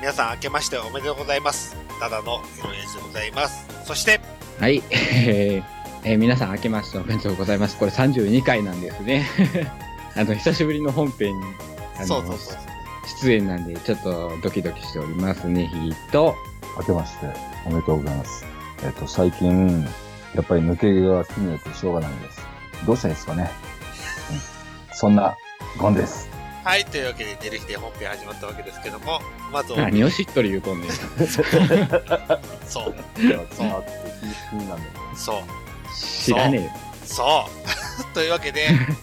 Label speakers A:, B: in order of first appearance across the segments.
A: 皆さん明けましておめでとうございます。ただのエロエジでございます。そして、
B: はい、 えーえー皆さん明けましておめでとうございます。これ32回なんですね。 あの、久しぶりの本編に、あの
A: そうそうそう。
B: 出演なんで、ちょっとドキドキしておりますね、ひーと。
C: 明けましておめでとうございます。えっと、最近、やっぱり抜け毛が気になってしょうがないです。どうしたらいいですかね、うん、そんな、ゴンです。
A: はい、というわけで、寝る日で本編始まったわけですけども、まず、
B: 何をしっとり言うとんねん。
A: そう、
C: そうなって気になるんだ
A: そう、
B: 知らね
A: そう。 というわけで、えー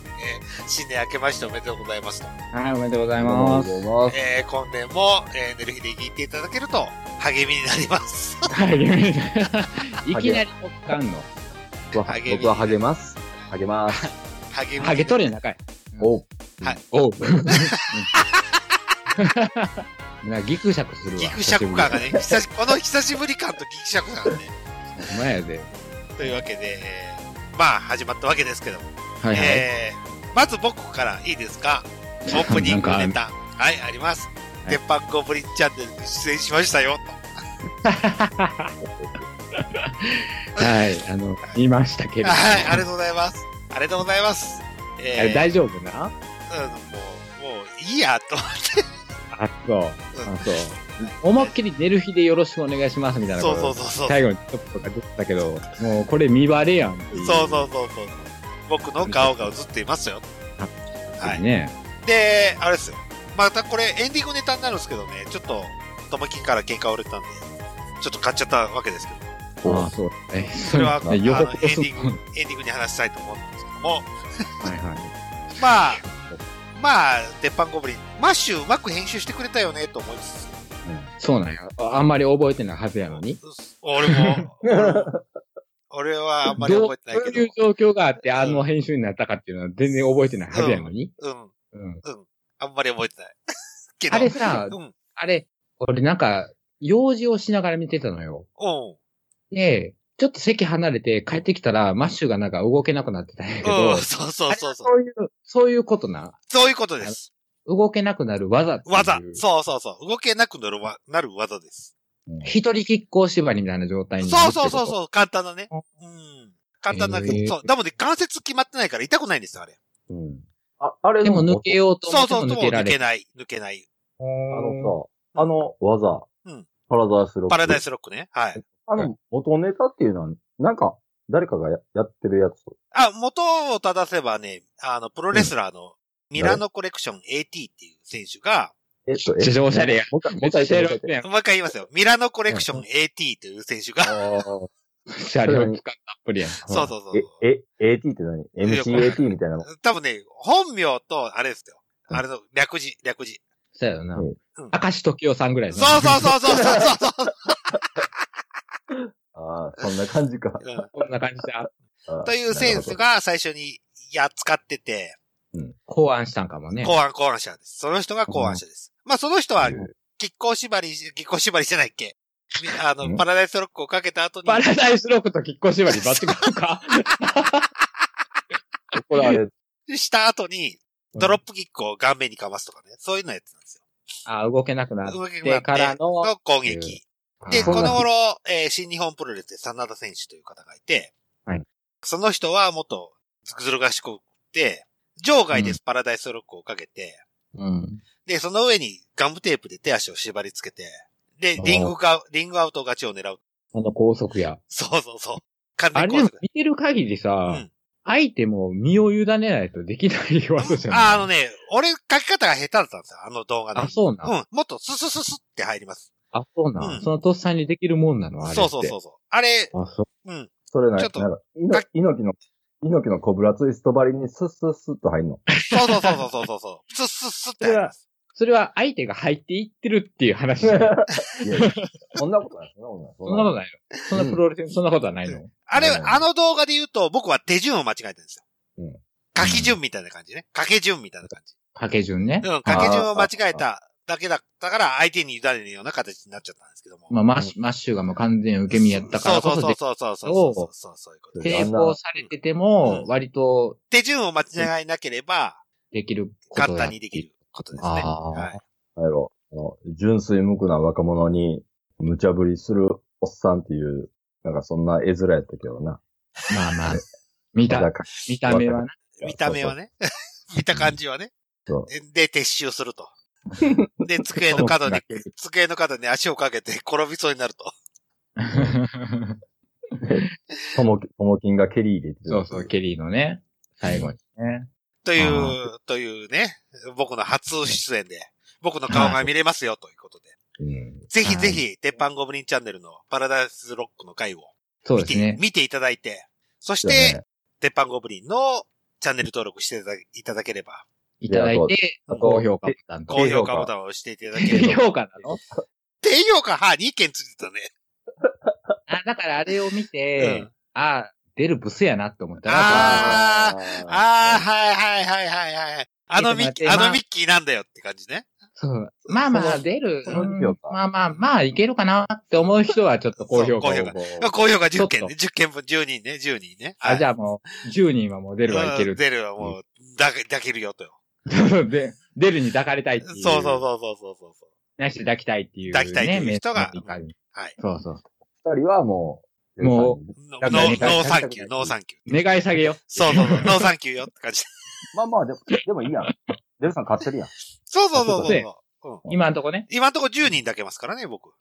A: 新年明けましておめでとうございますと。
B: えよ。はい、おめでとうござい
C: けど。お
B: ま。
C: めですとうございます。
A: えー今年も、えー、寝る日で聞いていただけると、励みになります。
B: はい、いきなりおっかんの。
C: 僕は
A: 励み
C: 僕は励ます。励ます。
A: 励みに
B: ハゲ取れなかい。
C: おう
A: はい。
B: おう。うんなんかギクシャクするわ。
A: ギクシャク感がね、久しこの久しぶり感とギクシャク感がね。
B: 久しぶりに。お前やで。
A: というわけで、えーまあ、始まったわけですけども。
B: はいはい。
A: えーまず僕からいいです かオープニングネタ。はい、あります。
B: い
A: 鉄板ゴブリンチャンネルに出演しましたよ、
B: はい、あの、言いましたけ
A: と。
B: ど。
A: はい、ありがとうございます。ありがとうございます。
B: あれ
A: えー、
B: 大丈夫な
A: うんもう、もういいや、と。
B: あ、そう。あ、そう。思いっきり寝る日でよろしくお願いしますみたいな こ
A: そ
B: と。
A: うそうそうそう。
B: 最後にちょっとか出てたけど、もうこれ見バレやんってい
A: そうそうそうそう。僕の顔が映っていますよ。はい。
B: ね。
A: で、あれですよ。またこれエンディングネタになるんですけどね、ちょっと、ともきんから喧嘩売れたんで、ちょっと買っちゃったわけですけど、
C: おう
B: あ、そう。え、
A: そ
B: そ
A: れは、あのエンデ
B: 予告する
A: ィング、エンディングに話したいと思うんですけども、
B: はいはい。
A: まあ、まあ、鉄板ゴブリン、マッシュうまく編集してくれたよね、と思いつつ、
B: そうなんや。ああんまり覚えてないはずやのに。
A: うっす俺も、俺も俺はあんまり覚えてない
B: どう
A: け
B: いう
A: ど、
B: 状況があって、あの編集になったかっていうのは全然覚えてないはずやのに。
A: うん、
B: うん。
A: あんまり覚えてない。 けど、
B: あれさ、
A: うん、うん、
B: あれ、俺なんか、用事をしながら見てたのよ。で、ちょっと席離れて帰ってきたら、マッシュがなんか動けなくなってたんやけど、
A: うん、そうそうそうそう。
B: そういう、そういうことな。
A: そういうことです。
B: 動けなくなる技っていう。
A: 技。そうそうそう。動けなくなるわなる技です。
B: 一人きっこ縛りみたいな状態になる
A: そ
B: っ
A: う
B: てこ
A: そう
B: と。
A: そうそう。簡単なね。うん。簡単な、
B: へー
A: そう。なので関節決まってないから痛くないんですよ、あれ。
C: うん。あ、あれ
B: でも抜けようと思
A: そう
B: って
A: そう
B: も
A: そう。
B: 抜けら
A: 抜
B: れ
A: け
B: る。
A: ない。抜けない。
C: あ
B: あの
C: のさ、あの技。
A: うん
C: パラダイスロック。
A: パラダイスロックね。はい。
C: あの、元ネタっていうのは、なんか、誰かがややってるやつ。
A: あ、元を正せばね、あの、プロレスラーのミラノコレクション AT っていう選手が、
C: えっと、え
B: めっちゃおしゃれや
C: もう一回、もう
B: めっ
C: 一
B: ちゃ
C: 回
B: シャ
C: 言
B: レ
C: って、
B: オツ
C: もう一回
B: やん。
A: もう一回言いますよ。ミラノコレクション AT という選手が、
C: 言って。あー
B: シャレオツ感たっぷりやん。
A: そうそうそう。
C: え、え、AT って何 ?MCAT みたい なの。
A: 多分ね、本名と、あれですよ。あれの、略字、略字。
B: そうやろな
C: うん。
B: 明石時夫さんぐらいの
A: そうそうそうそうそうそうそう。
C: ああ、そんな感じ か。
A: うん
B: こんな感じであ
C: あー
A: というセンス。が最初にやっ使ってて、
B: 考案したんかもね。
A: 考案考案者です。その人が考案者です。まあその人は
C: なる、ほど
A: 亀甲縛り、亀甲縛りじゃないっけみあ
C: う
A: の、
C: ん
A: パラダイスロックをかけた後に、
B: パラダイスロックとキッコ縛りバッチ コか。
C: これあれ、
A: した後に、ドロップキックを顔面にかますとかね。そういうのやつなんです
B: あ、動けなくなっ
A: よ。動き
B: てからの。
A: の攻撃。で、
B: あ
A: こ
C: んな
A: の頃、えー新日本プロレスで真田選手という方がいて、
B: はい
A: その人は元、ずくずる賢くて、場外で
B: うん
A: すパラダイスロックをかけて、
B: うん。
A: で、その上にガムテープで手足を縛り付けて、で、
B: あー
A: リングが、リングアウト勝ちを狙う。
B: あの高速や。
A: そうそうそう。完
B: あ
A: 全
B: れ
A: 高
B: でも
A: 速。
B: 見てる限り
A: う
B: さ
A: ん、
B: 相手も身を委ねないとできない技じゃない
A: ああのね、俺書き方が下手だったんですよ、あの動画の。
B: あ、そうな。
A: うんん、もっとススススって入ります。
B: あ、そう
A: う
B: なんん。そのとっさにできるもんなのあれって。
A: そうそうそうそう。あれ、
B: あ、そう。
A: うん。
C: それな、
A: ちょ
C: な
A: っ
C: ん
A: と
C: か、いの猪木の、猪木のコブラツイストばりにスッスッスッと 入んの。
A: そうそうそうそうそうそう。 ススススって入ります。
B: それは相手が入っていってるっていう話 じゃない。
C: いやいやそんなことない、そんなことない。
B: そんなことないの。そんなプロレスにそんなことはないの。
A: あれ、
C: うん
A: あの動画で言うと、僕は手順を間違えてるんですよ。
C: うん
A: 書き順みたいな感じね。書け順みたいな感じ。
B: 掛け順ね
A: う。ん、書け順を間違えただけだったから、相手に委ねるような形になっちゃったんですけども。
B: まあ、マッシュマッシュがもう完全に受け身やったからこそ
A: そう
B: で、
A: そうそうそうそうそうそうそういうことです。
C: そう
B: 抵抗されてても
A: う、ん
B: 割と
A: 手順を間違えなければ、
B: できることだ
A: 簡単にできることですね。
B: あ
A: は
B: ー
A: い。
C: なんやろ。うの純粋無垢な若者に無茶ぶりするおっさんっていう、なんかそんな絵面やったけどな。
B: まあまあ、見 た、
C: か
B: 見た目はな。
A: 見た目はね。見た感じはね
C: そ。
A: で、撤収すると。で、机の角に、机の角に足をかけて転びそうになると。
C: とも、ともきんがケリーで
B: そうそう、ケリーのね、最後にね。
A: とい
C: あ
A: う、というね、僕の初出演で、僕の顔が見れますよということで。
C: うん。
A: ぜひぜひ、鉄板ゴブリンチャンネルのパラダイスロックの回を
B: そう
A: 見
B: で
A: て,、
B: すね。
A: 見ていただいて、そし
C: だよ
A: て、
C: ね
A: 鉄板ゴブリンのチャンネル登録していただいただければ、
B: いただいて、
C: あと
B: 高評価ボタンと。
A: 高評
C: 評
A: 価
C: 価
A: ボタンを押していただけ
B: 低
A: れば。
B: 評価なの
A: 低評価、は、2件ついてたね。
B: あ、だからあれを見て、
A: うん
B: あ、出るブスやなって思ったな。
A: あ
C: ー
A: ああ、はいはいはいはいはい。あのミッキー、
B: ち
A: あ
B: ょっと待ってまあ
A: のミッキーなんだよって感じね。
B: そう。まあまあ、出る。
C: その
B: うん
C: 評価
B: まあまあ、まあ、いけるかなって思う人はちょっと高評価を
A: そう高。まあ、高評価10件ね。10件分、10人ね、10人ね。
B: あ、じ
A: ゃ
B: ゃあもう、10人はもう出るはいける。
A: 出るはもう、だけ、だけるよとよ。
B: で、出るに抱かれたいって
A: そ
B: いうう。
A: そうそうそうそうそうそう。
B: なし抱きたいっていう、ね。
A: 抱きたいっていう人が
B: メッセージある
A: はい。
B: そうそう。
C: 二人はもう、
B: も
A: ノ
B: だ
A: ー
B: から
A: ノ
B: ね
A: ーサンキュー、ノーサンキュー。
B: 願い下げよ。
A: そうそう そう、ノーサンキューよって感じ。
C: まあまあ、でも、でもいいやん。デルさん勝ってるやん。
A: そうそうそうそう
B: ね
A: そう。うん
B: 今んとこね。
A: 今んとこ10人だけますからね、僕。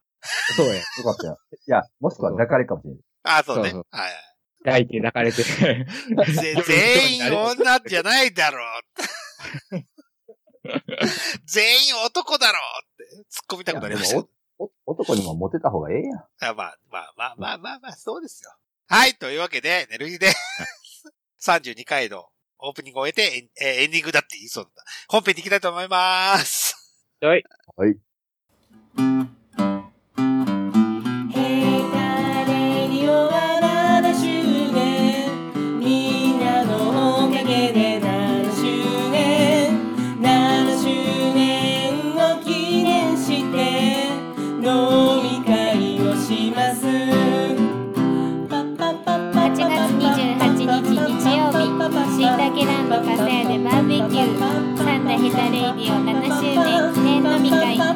B: そうや。
C: よかったよ。いや、もしくは抱かれるかもしれない。
A: あ、そうね。
B: そうそ
A: はい。
B: 抱いて抱 かれて。
A: ぜ全員女じゃないだろう。 全員男だろうって突っ込みたくなりまし
C: いやでもお男にもモテた方がええやん。
A: た。あまあまあまあまあまあまあ、そうですよ。はい、というわけで、寝る日で 32回のオープニングを終えてエン,、えーエンディングだって言いそうだった。本編に行きたいと思います。
B: はい。
C: はい。
D: 「ヘタレディオは7周年」「みんなのおかげで7周年」「7周年を記念して飲み会をします」「
E: 8月28日日曜日しいたけランド火星でバーベキューサンダヘタレイディオ7周年記念飲み会ラ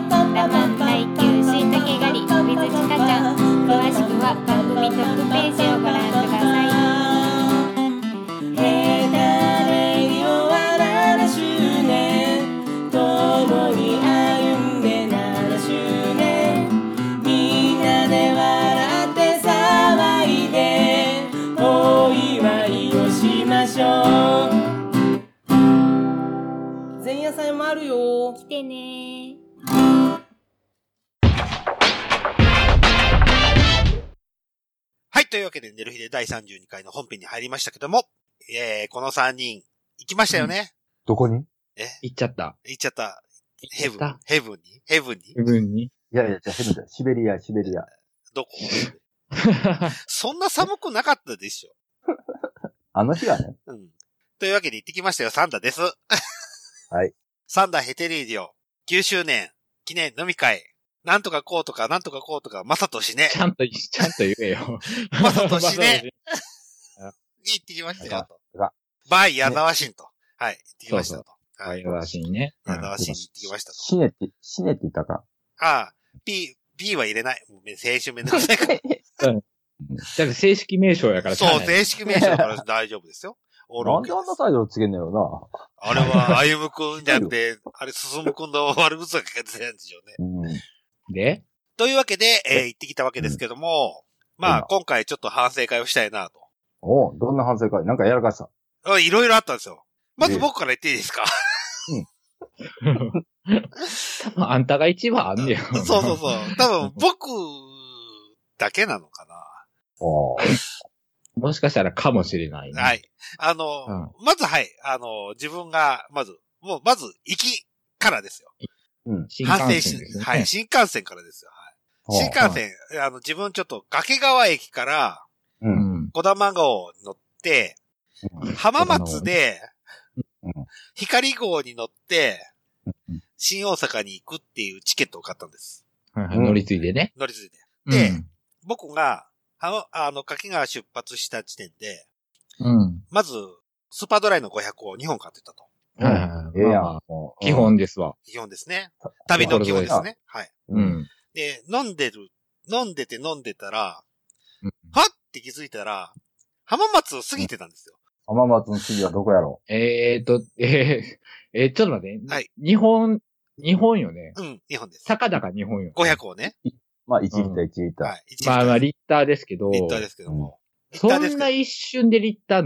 E: マン耐久しいたけ狩り水木かちゃん詳しくは番組トップページをご覧ください
D: 「ヘタレイオは7周年」「共に歩んで7周年」「みんなで笑って騒いで」「お祝いをしましょう」前夜祭もあるよ
E: 来てね
A: はい、というわけで、寝る日で第32回の本編に入りましたけども、えー、この3人、行きましたよね、
C: どこに
B: 行っちゃった。
A: 行っちゃった。ヘブ
B: 行っちゃ
A: ン
B: っ、
A: ヘブンにヘブンに
B: 自分に。
C: いやいや、じゃあ、ヘムだよシベリア、シベリア。
A: どこそんな寒くなかったでしょ。
C: あの日はね、
A: うん。というわけで行ってきましたよ、サンダです。
C: はい。
A: サンダヘテレーディオ、9周年、記念飲み会、なんとかこうとか、なんとかこうとか、まさと し ね
B: ち、ゃんと、ちゃんと言えよ。。
A: まさとしねに 行ってきましたよ、
C: あかんあ
A: と。
C: か
A: バイ、矢沢ンと。はい、行ってきましたと。は
B: はい、らしいね。う
A: 矢
B: ん
A: 沢ンに行ってきましたと。
C: シネって、シネって言ったか。
A: ああ、B、B は入れない。もうめ青春めんどくさいから。
B: だって正式名称やからしゃあ
A: そう、
B: ない
A: 正式名称だから大丈夫ですよ。オール
C: な
A: オ
C: ん
A: ッケ
C: で
A: ーで
C: あん
A: す
C: なタイトルつけんのよ
A: あれは、歩夢くんじゃなくて、あれ、進むくんの悪口が書いてたんでしょうね。
C: な。う ん。
B: で、
A: というわけで、えー行ってきたわけですけども、まあ、
C: うん
A: 今回ちょっと反省会をしたいなと
C: おうどんな反省会なんかやらかした。。
A: あいろいろあったんですよ。まず僕から言っていいですか、
B: 多分あんたが一番あんねや。
A: そうそうそう。多分、僕だけなのか
C: おう
B: もしかしたらかもしれないね
A: な。は。い。あの、まずはい、あの、自分が、まず、もう、まず、行きからですよ。
C: うん。
B: 新
A: 反省
B: 幹
A: し
B: 線です、ね。
A: はい、新幹線からですよ。
C: おう
A: 新幹線、あの、自分ちょっと崖川駅から
C: う。
B: うんん。
A: 小玉号乗って、
C: うん
A: 浜松で
C: うん、
A: 光号に乗って
C: うん、
A: 新大阪に行くっていうチケットを買ったんです。
B: はいはい乗り継いでね。
A: 乗り継いで。
B: で
A: で僕が、あの、あの、柿川出発した時点で、
B: うん。
A: まず、スーパードライの500を2本買ってたと。
B: はいはい。
C: ええ
B: ま
C: や
B: あま
C: ん
B: あ。
C: もう
B: 基。本ですわ。
A: 基本ですね。旅の基本ですね。はい。
B: う
C: うん。
B: ん。
A: で、飲んでる、飲んでて飲んでたら、
B: うん
A: はっって気づいたら、浜松を過ぎてたんですよ。
C: 浜松の次はどこやろ
B: えーっと、えー、えーちょっと待って。
A: はい
B: 日本、日本よね。
A: うん、日本です。
B: 坂高日本よ。
A: 500をね。
C: うまあ、1リッター、1リッター。
A: はい。1
B: まあまあ、リッターですけど。
A: リッターですけども。
B: そ
A: リッターですけ
B: ん
A: ど
B: な一瞬でリッター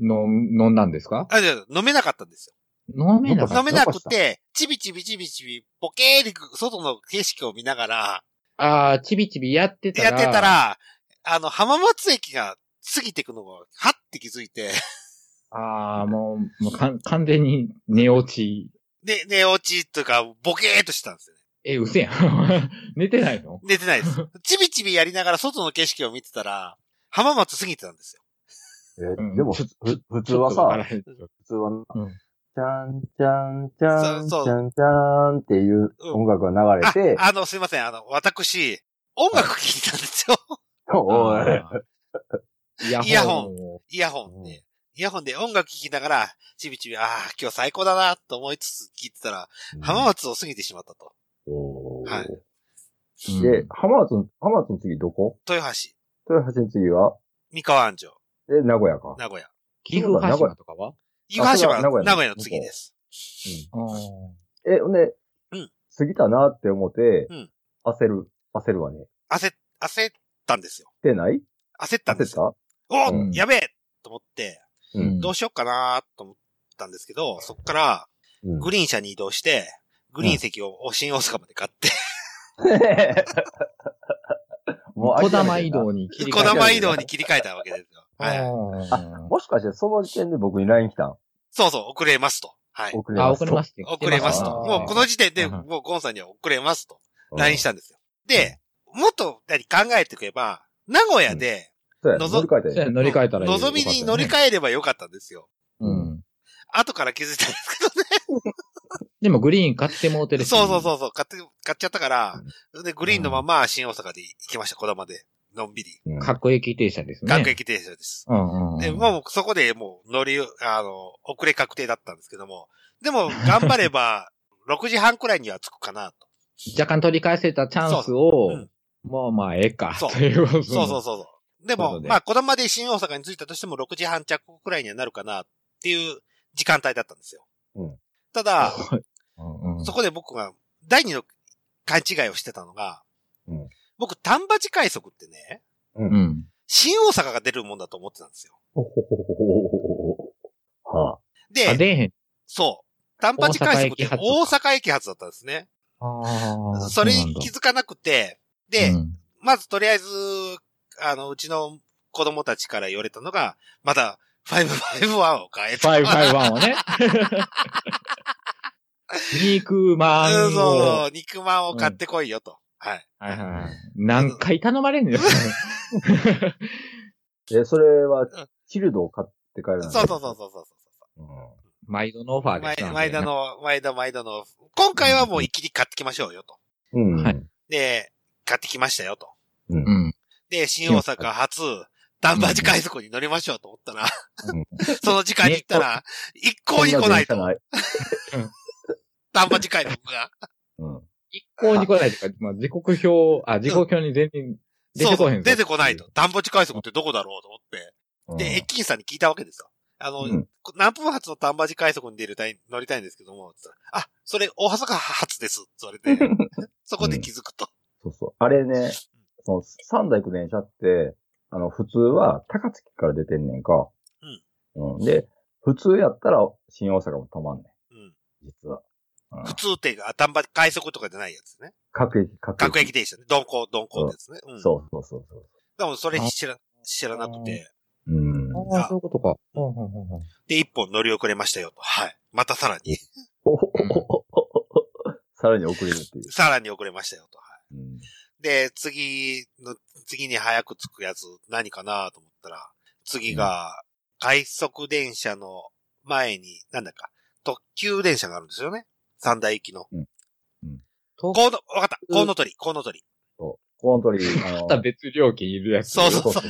B: の、飲んだんですか
A: あ、じゃあ飲めなかったんですよ。
B: 飲めなか
C: あ
A: 飲
B: っ
A: め
B: た。
A: なくて、ちびちびちびちび、ボケーリ外の景色を見ながら、
B: ああ、ちびちびやってたら。
A: やってた。ら、あの、浜松駅が過ぎてくのが、はって気づいて、
B: ああ、もう、もうかん完全に寝落ち。
A: で、寝落ちというか、ボケーっとしてたんですよね。
B: え、うせやん。 寝てないの
A: 寝てない です。ちびちびやりながら外の景色を見てたら、浜松過ぎてたんですよ。
C: え
B: うん
C: でも、
B: ちょ
C: ふ
B: っ
C: ふ普通は
B: ちょっとわから
C: さ、
B: へん
C: 普通はな
B: うん、
C: ちゃんちゃんちゃんち
A: そうそう
C: ゃんちゃんっていう音楽が流れ
A: あ
C: て、、
A: あの、すいません。あの、私、音楽聴いてたんですよ。
C: おい、
B: イ
A: イ
B: ヤ
A: ヤ
B: ホ
A: ホ
B: ンを。
A: イヤホンで、イヤホンで音楽聴きながら、ちびちび、ああ、今日最高だな、と思いつつ聴いてたら、浜松を過ぎてしまったと。
C: おー
A: はい
C: で、浜松の、浜松の次どこ
A: 豊橋、
C: 豊橋の次は
A: 三河安城、
C: え、名古屋か。
A: 名古屋。
B: 岐阜羽島とかは
A: 岐阜橋は
C: 名古屋
A: 名古屋の次です。
C: え、ほんで、
A: うん
C: 過ぎたなって思って、
A: うん
C: 焦る、焦るわね。
A: 焦っ、焦ったんですよ。
C: ってない
A: 焦ったん
C: 焦
A: で
C: っ
A: すよ。
C: た
A: お、
B: うん
A: やべえと思って、
C: う
B: うん
A: どうしよっかなと思ったんですけど、そっから、
C: うん
A: グリーン車に移動して、グリーン席を新大阪まで買って、
C: も
B: 小玉移
C: に。
B: 動に切り替
A: 小
B: えた
A: 玉移動に切り替えたわけですよ。はい。
B: あ
C: もしかしてその時点で僕に LINE 来たん
A: そうそう、遅れますと。はい。
C: 遅れ。
B: ーあ、遅れますすって。
A: 遅れますと。
C: あー
A: もうこの時点で、
B: うん
A: もうゴンさんには遅れますと。
C: うん
A: LINE したんですよ。で、もっと何考えてくれば、名古屋で、
C: そうや、
A: の
C: 乗
A: ぞ
C: り換えた
B: そう
C: らいい
B: や乗り換えたらいい。
A: のぞみに乗り換えればよかったんですよ。
B: うん。
A: 後から気づいたんですけどね。
B: でもグリーン買ってもうてるし
A: そうそうそうそう、買って、買っちゃったから、で、グリーンのまま新大阪で行きました、小玉で。のんびり。
C: うん
B: 各駅停車ですね。
A: 学駅停車です。
B: うんうんうん。
A: で、もうそこでもう乗り、あの、遅れ確定だったんですけども、でも頑張れ ば、6時半くらいには着くかなと。
B: 若干取り返せたチャンスを
A: そううん、
B: もうまあ、ええか。
A: そう
B: ということで
A: そうそうそうそう。で
B: そう
A: も、
B: だね
A: まあ、こだまで新大阪に着いたとしても6時半着くくらいにはなるかなっていう時間帯だったんですよ。
C: うん
A: ただ、
B: うんうん
A: そこで僕が第二の勘違いをしてたのが、
C: うん
A: 僕、丹波寺快速ってね、
B: うん。
A: 新大阪が出るもんだと思ってたんですよ。
C: ほほほほほほほは
B: あ、
A: で、
B: 出えへん。
A: そう。丹波寺快速って
B: 大
A: 大阪駅発だったんですね。
B: あ
A: それに気づかなくて、で、
B: うん
A: まずとりあえず、あの、うちの子供たちから言われたのが、まだ、551を変え
B: フ
A: た。
B: ァイブファイブワン をね。肉まん
A: うん
B: を。
A: そう、肉まんを買ってこいよと。はい。
B: はいはい。何回頼まれん ねん。
C: あ。え、それは、チルドを買って帰る。
A: そうそうそうそうそうそう
C: うん
B: 毎度のオファーでした
A: う。
B: ね。
A: 前田の、前田前田の、今回はもう一気に買ってきましょうよと。
C: うん。
B: は
A: で、買ってきましたよと。
B: うん。
A: で、新大阪初、ダンバージ快速に乗りましょうと思ったら、
C: うん
A: その時間に行ったら、一向に来ないと
C: そん。電
A: ダンバージ快速が。
C: 車ない。
B: 一向に来ないとか、まあ、時刻表、あ、時刻表に全然出
A: そう
B: て
A: そ
B: こ
A: う
B: へんぞ
A: 出てこないと。。ダンバージ快速ってどこだろうと思って。
C: うん。
A: で、駅員さんに聞いたわけですよ。あの、
C: うん
A: こ何分発の丹波寺快速に出るたい、乗りたいんですけども、つったらあ、それ大阪発です、つわれ て、そこで気づくと。
C: そうそう。あれね、その、三台行く電車って、あの、普通は高槻から出てんねんか。うん。で、普通やったら新大阪も止まんね
A: うん
C: ん、実は。うん
A: 普通っていうか、丹波快速とかじゃないやつね。
C: 各駅、各
A: 各駅停車ね。鈍行、鈍行ですね。うん。
C: そうそうそうそう。
A: でもそれ知ら、知らなくて。
C: うん。
B: ああ、そういうことか。うんうんうんうん
A: で、一本乗り遅れましたよと。はい。またさらに、
C: さらに遅れるっていう。
A: さらに遅れましたよと。はい
C: うん
A: で、次の、次に早く着くやつ何かなと思ったら、次が、快速電車の前に、なんだか、特急電車があるんですよね。三大行きの。
B: と
A: コウノ、わかった。コウノトリ、コウノトリ。
C: この鳥、あの
B: また、別料金いるやつ。
A: そうそうそう。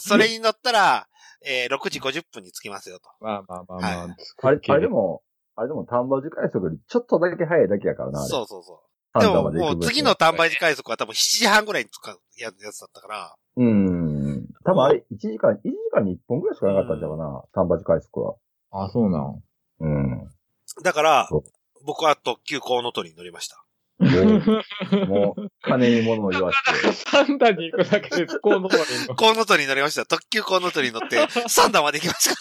A: それに乗ったら、えー6時50分に着きますよと。
B: まあまあまあまあ。
A: は
C: あれ、あれで
B: でも、
C: も、あれでも丹波樹海速よりちょっとだけ早いだけやからな、あれ。
A: そうそうそう。
C: 丹
A: でも、
C: 波まで
A: も
C: 行く分
A: う次の短倍時快速は多分7時半ぐらいに使うややつだったから、
C: うん。多分あれ、1時間、1時間に1本ぐらいしかなかったんじゃうかな、丹波樹海速は。
B: あ、そうなん。
C: うん。
A: だから
C: そう、
A: 僕は特急コウノトリに乗りました。
C: もう、もう金に物を言わして。
B: サンダに行くだけで、こうの あ
A: コウノトリに乗りました。特急コウノトリに乗って、 サンダーまで行きました。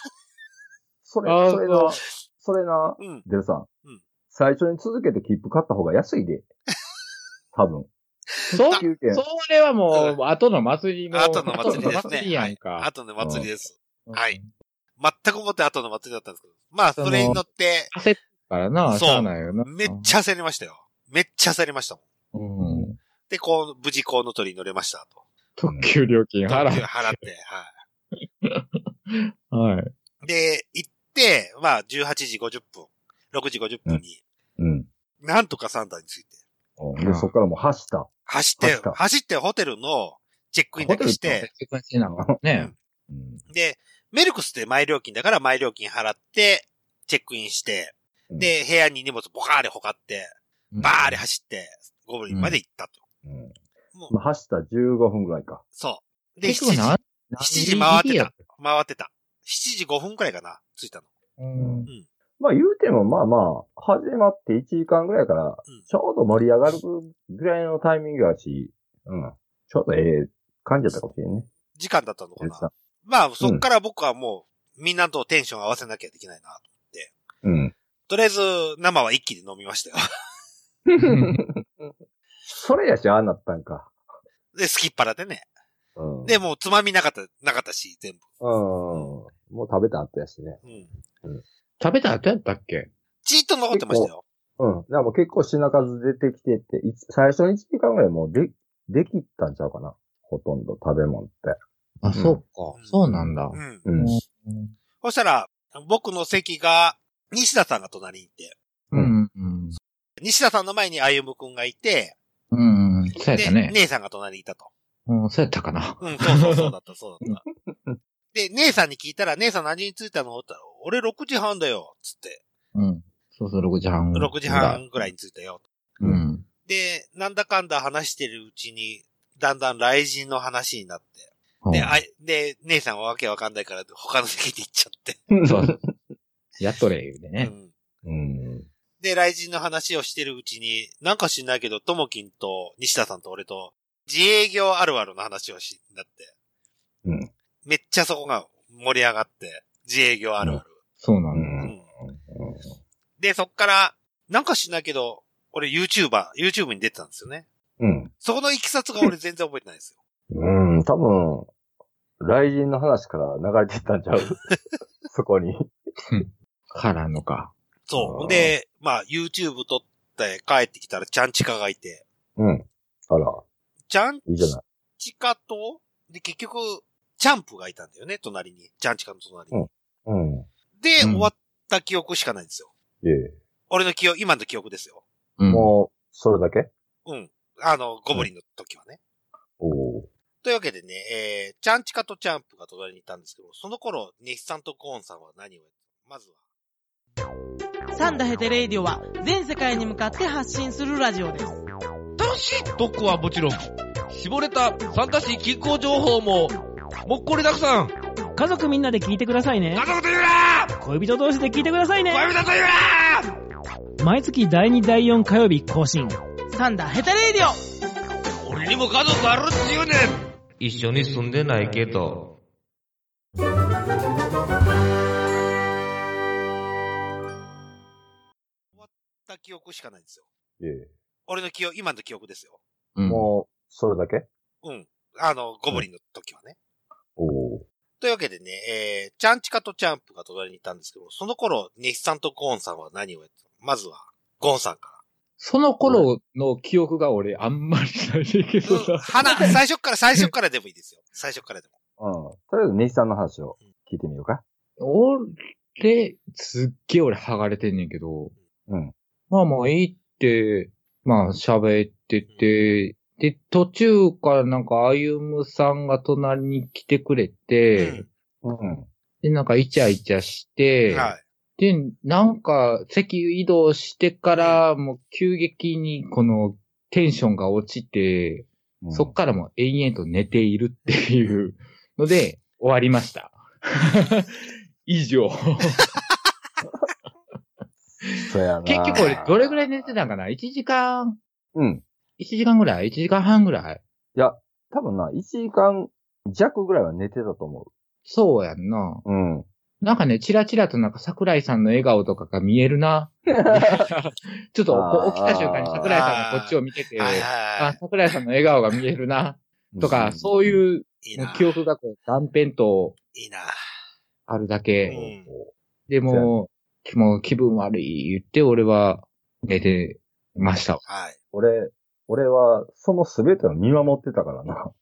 C: それ、
B: あー
C: それな、それな、
A: うん。
C: デルさん。
A: うん
C: 最初に続けて切符買った方が安いで。多分。
B: そう、
C: 9券。
B: それはもう、後の祭りの。
A: 後の祭りですね
B: 後の祭りやんか。
A: 後の祭りです。
B: うん
A: はい。全くもって後の祭りだったんですけど。まあ、それに乗って、
B: 焦ったからな、
A: そう
B: しゃあないよな。
A: めっちゃ焦りましたよ。めっちゃ焦りましたもん。
B: うん。
A: で、こう、無事コウノトリに乗れましたと。
B: 特急料金払
A: 特急
B: う。
A: 払って、はい。
B: はい。
A: で、行って、まあ、18時50分、6時50分に、
C: うん。
A: なんとかサンダーについて、
C: で、そっからもう走った。
A: 走って、
C: 走った
A: 走ってホテルのチェックインだけし
C: ホテ
A: て、
B: せっかちなのかね。
C: うん。
A: で、メルクスって前料金だから前料金払って、チェックインして、
C: うん
A: で、部屋に荷物ボカーレほかって、バーレ走って、ゴブリンまで行ったと。
C: うん
A: もう
C: まあ、走った15分ぐらいか。
A: そう。で、
B: で、
A: 7時、7
B: 7
A: 時回ってた。。回ってた。7時5分くらいかな、着いたの。
B: うん。
C: まあ言うても、まあまあ、始まって1時間ぐらいから
A: ん、
C: ちょうど盛り上がるぐらいのタイミングやし、うん。ちょうどええ感じだったかもしれんね。
A: 時間だったのか
C: デルさ
A: な。まあ、そっから僕はもう、みんなとテンション合わせなきゃできないな。
C: ん。うん。
A: とりあえず、生は一気に飲みましたよ。
C: それやし、ああなったんか。
A: で、すきっ腹でね。
C: うん。
A: で、もうつまみなかった、なかったし、全部。
C: うん。もう食べた後やしね。
A: うん。
B: 食べた後やったっけ
A: ちーっと残ってましたよ。
C: うん。でも結構品数出てきてて、い最初の1時間ぐらいもうで、できたんちゃうかな。ほとんど食べ物って。
B: あ、そうか。そうなんだ。
A: うん。
C: うん。
A: そしたら、僕の席が、西田さんが隣にいて、
B: うん。うん。
A: 西田さんの前に歩夢くんがいて、
B: うん。うんそうやっ
A: で、
B: たね。
A: 姉さんが隣にいたと。
B: うん、そうやったかな。
A: うん、そうそうそうだった、そうだった。で、姉さんに聞いたら、姉さん何に着いたのって言ったら、俺6時半だよ、つって。
B: うん。そうそう、6時半。
A: 6時。半ぐらいに着いたよ。
B: うん。
A: で、なんだかんだ話してるうちに、だんだん雷神の話になって、で、
B: う
A: あい、で、姉さんはわけわかんないから、他の席に行っちゃって。
B: んそう。 やっとれ、言うて
A: う
B: ね。
A: ん、
C: うん。
A: で、雷神の話をしてるうちに、なんか知んないけど、ともきんと西田さんと俺と、自営業あるあるの話をし、なって、
C: うん。
A: めっちゃそこが盛り上がって、自営業あるある。
B: そうな
C: うん
B: だ。
A: うん
C: ん。
A: で、そっから、なんか知んないけど、俺 YouTuber、YouTube に出てたんですよね。
C: うん。
A: そこのいきさつが俺全然覚えてないですよ。
C: うん。多分、雷神の話から流れていったん ちゃうそこに。
B: からのか。
A: そう。
C: あー
A: ほんで、まあ YouTube 撮って帰ってきたら、ちゃんちかがいて、
C: うん。あら、
A: ちゃん
C: いいじゃない。
A: チカと、で、結局、チャンプがいたんだよね、隣に。ジャンチカの隣に。
C: うん。
A: で、
B: うん
A: 終わった記憶しかないんですよ。
C: ええ。
A: 俺の記憶、今の記憶ですよ。
B: うん。
C: もう、それだけ
A: うん。あの、ゴブリンの時はね。
C: おー
A: というわけでね、えー、チャンチカとチャンプが隣にいたんですけど、その頃、ネヒさんとコーンさんは何をやったまずは。
D: サンダヘテレイディオは全世界に向かって発信するラジオです。
F: 楽しい特攻はもちろん、絞れた参加し気候情報も、もっこりたくさん
G: 家族みんなで聞いてくださいね
F: 家。族と言うな
G: 恋人同士で聞いてくださいね。
F: 恋人と言うな
G: 毎月第2第4火曜日更新。
D: サンダヘテレイディオ
F: 俺にも家族あるっちゅうねん一緒に住んでないけど。
A: 終わった記憶しかないんですよ。
C: え
A: 俺の記憶、今の記憶ですよ。
B: う
C: え。
B: ん、
C: もう、それだけ
A: うん。あの、ゴブリンの時はね。
C: おー
A: というわけでね、えー、チャンチカとチャンプが隣にいたんですけど、その頃、ネヒさんとコーンさんは何をやってたまずは、ゴンさんから。
B: その頃の記憶が俺あんまりないけど
A: うん
B: な。
A: 花、最初から、最初からでもいいですよ。最初からでも。
C: うん。とりあえず、西さんの話を聞いてみようか。
B: 俺、すっげえ俺剥がれてんねんけど。
C: うん。
B: まあまあいいって、まあ喋ってて、で、途中からなんか歩夢さんが隣に来てくれて、
A: うん
C: うん。
B: で、なんかイチャイチャして、
A: はい。
B: で、なんか、席移動してから、もう急激にこのテンションが落ちて、
C: うん
B: そっからもう延々と寝ているっていうので、終わりました。以上。
C: そうやな
B: 結局俺、どれぐらい寝てたんかな ?1 時間、
C: うん。
B: 1時間ぐらい ?1 時間半ぐらい
C: 多分な、1時間弱ぐらいは寝てたと思
B: そうやんな。
C: う。うん。
B: なんかね、チラチラとなんか桜井さんの笑顔とかが見えるな。ちょっとこう起きた瞬間に桜井さんがこっちを見てて、
A: はい
B: あ
A: は、
B: 桜井さんの笑顔が見えるな。とか、そう
C: う
B: いう
A: い。いいな。
B: 記憶がこう断片と
A: いいな。
B: あるだ
A: う
B: け。
A: ん。
B: でも、もう気分悪い言って俺は寝てました。
A: はい。
C: ん。俺、俺は、その全てを見守ってたからな。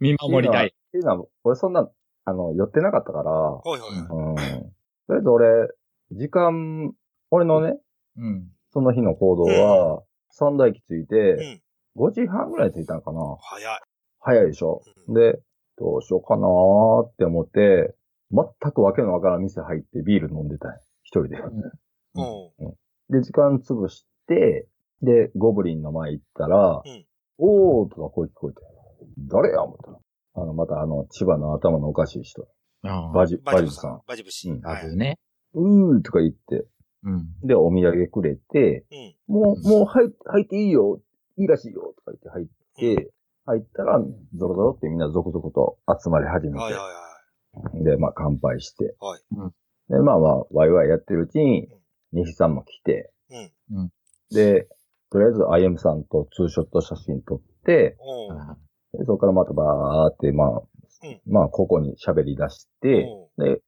B: 見守りた
C: っ
B: い。
C: ていうのは、俺そんな、あの、寄ってなかったから、う
A: ほいほい。
B: うん
C: ん。とりあえず俺、時間、俺のね、
B: うん。
C: その日の行動は、三大駅着いて、
A: うん。
C: 5時半ぐらい着いたんかな。
A: 早い。
C: 早いでしょ。
A: うん
C: で、どうしようかなーって思って、全くわけのわからん店入ってビール飲んでたんや一人で。
A: うん。
C: で、時間潰して、で、ゴブリンの前行ったら、
A: うん
C: おーとか声聞こえて、誰や思ったらあの、またあの、千葉の頭のおかしい人、
B: ああ
C: バジ、バジブさん。。
A: バジブシ。
C: うん
A: は
B: あ
A: い。う
B: る
A: ん。
B: ね。
C: うーとか言って、
B: うん。
C: で、お土産くれて、もう、もう入っ入っていいよ、いいらしいよ、とか言って入って、入ったら、ゾロゾロってみんな続々と集まり始め
A: はいはい
C: て、
A: はい。
C: で、まあ乾杯して。
A: はい
B: うん
C: で、まあまあ、ワイワイやってるうちに、西さんも来て、
A: うん
B: うん
C: で、とりあえず IM さんとツーショット写真撮って、
A: うん。うん。
C: でそこからまたバーって、まあ、
A: うん
C: まあ、ここに喋り出して、で、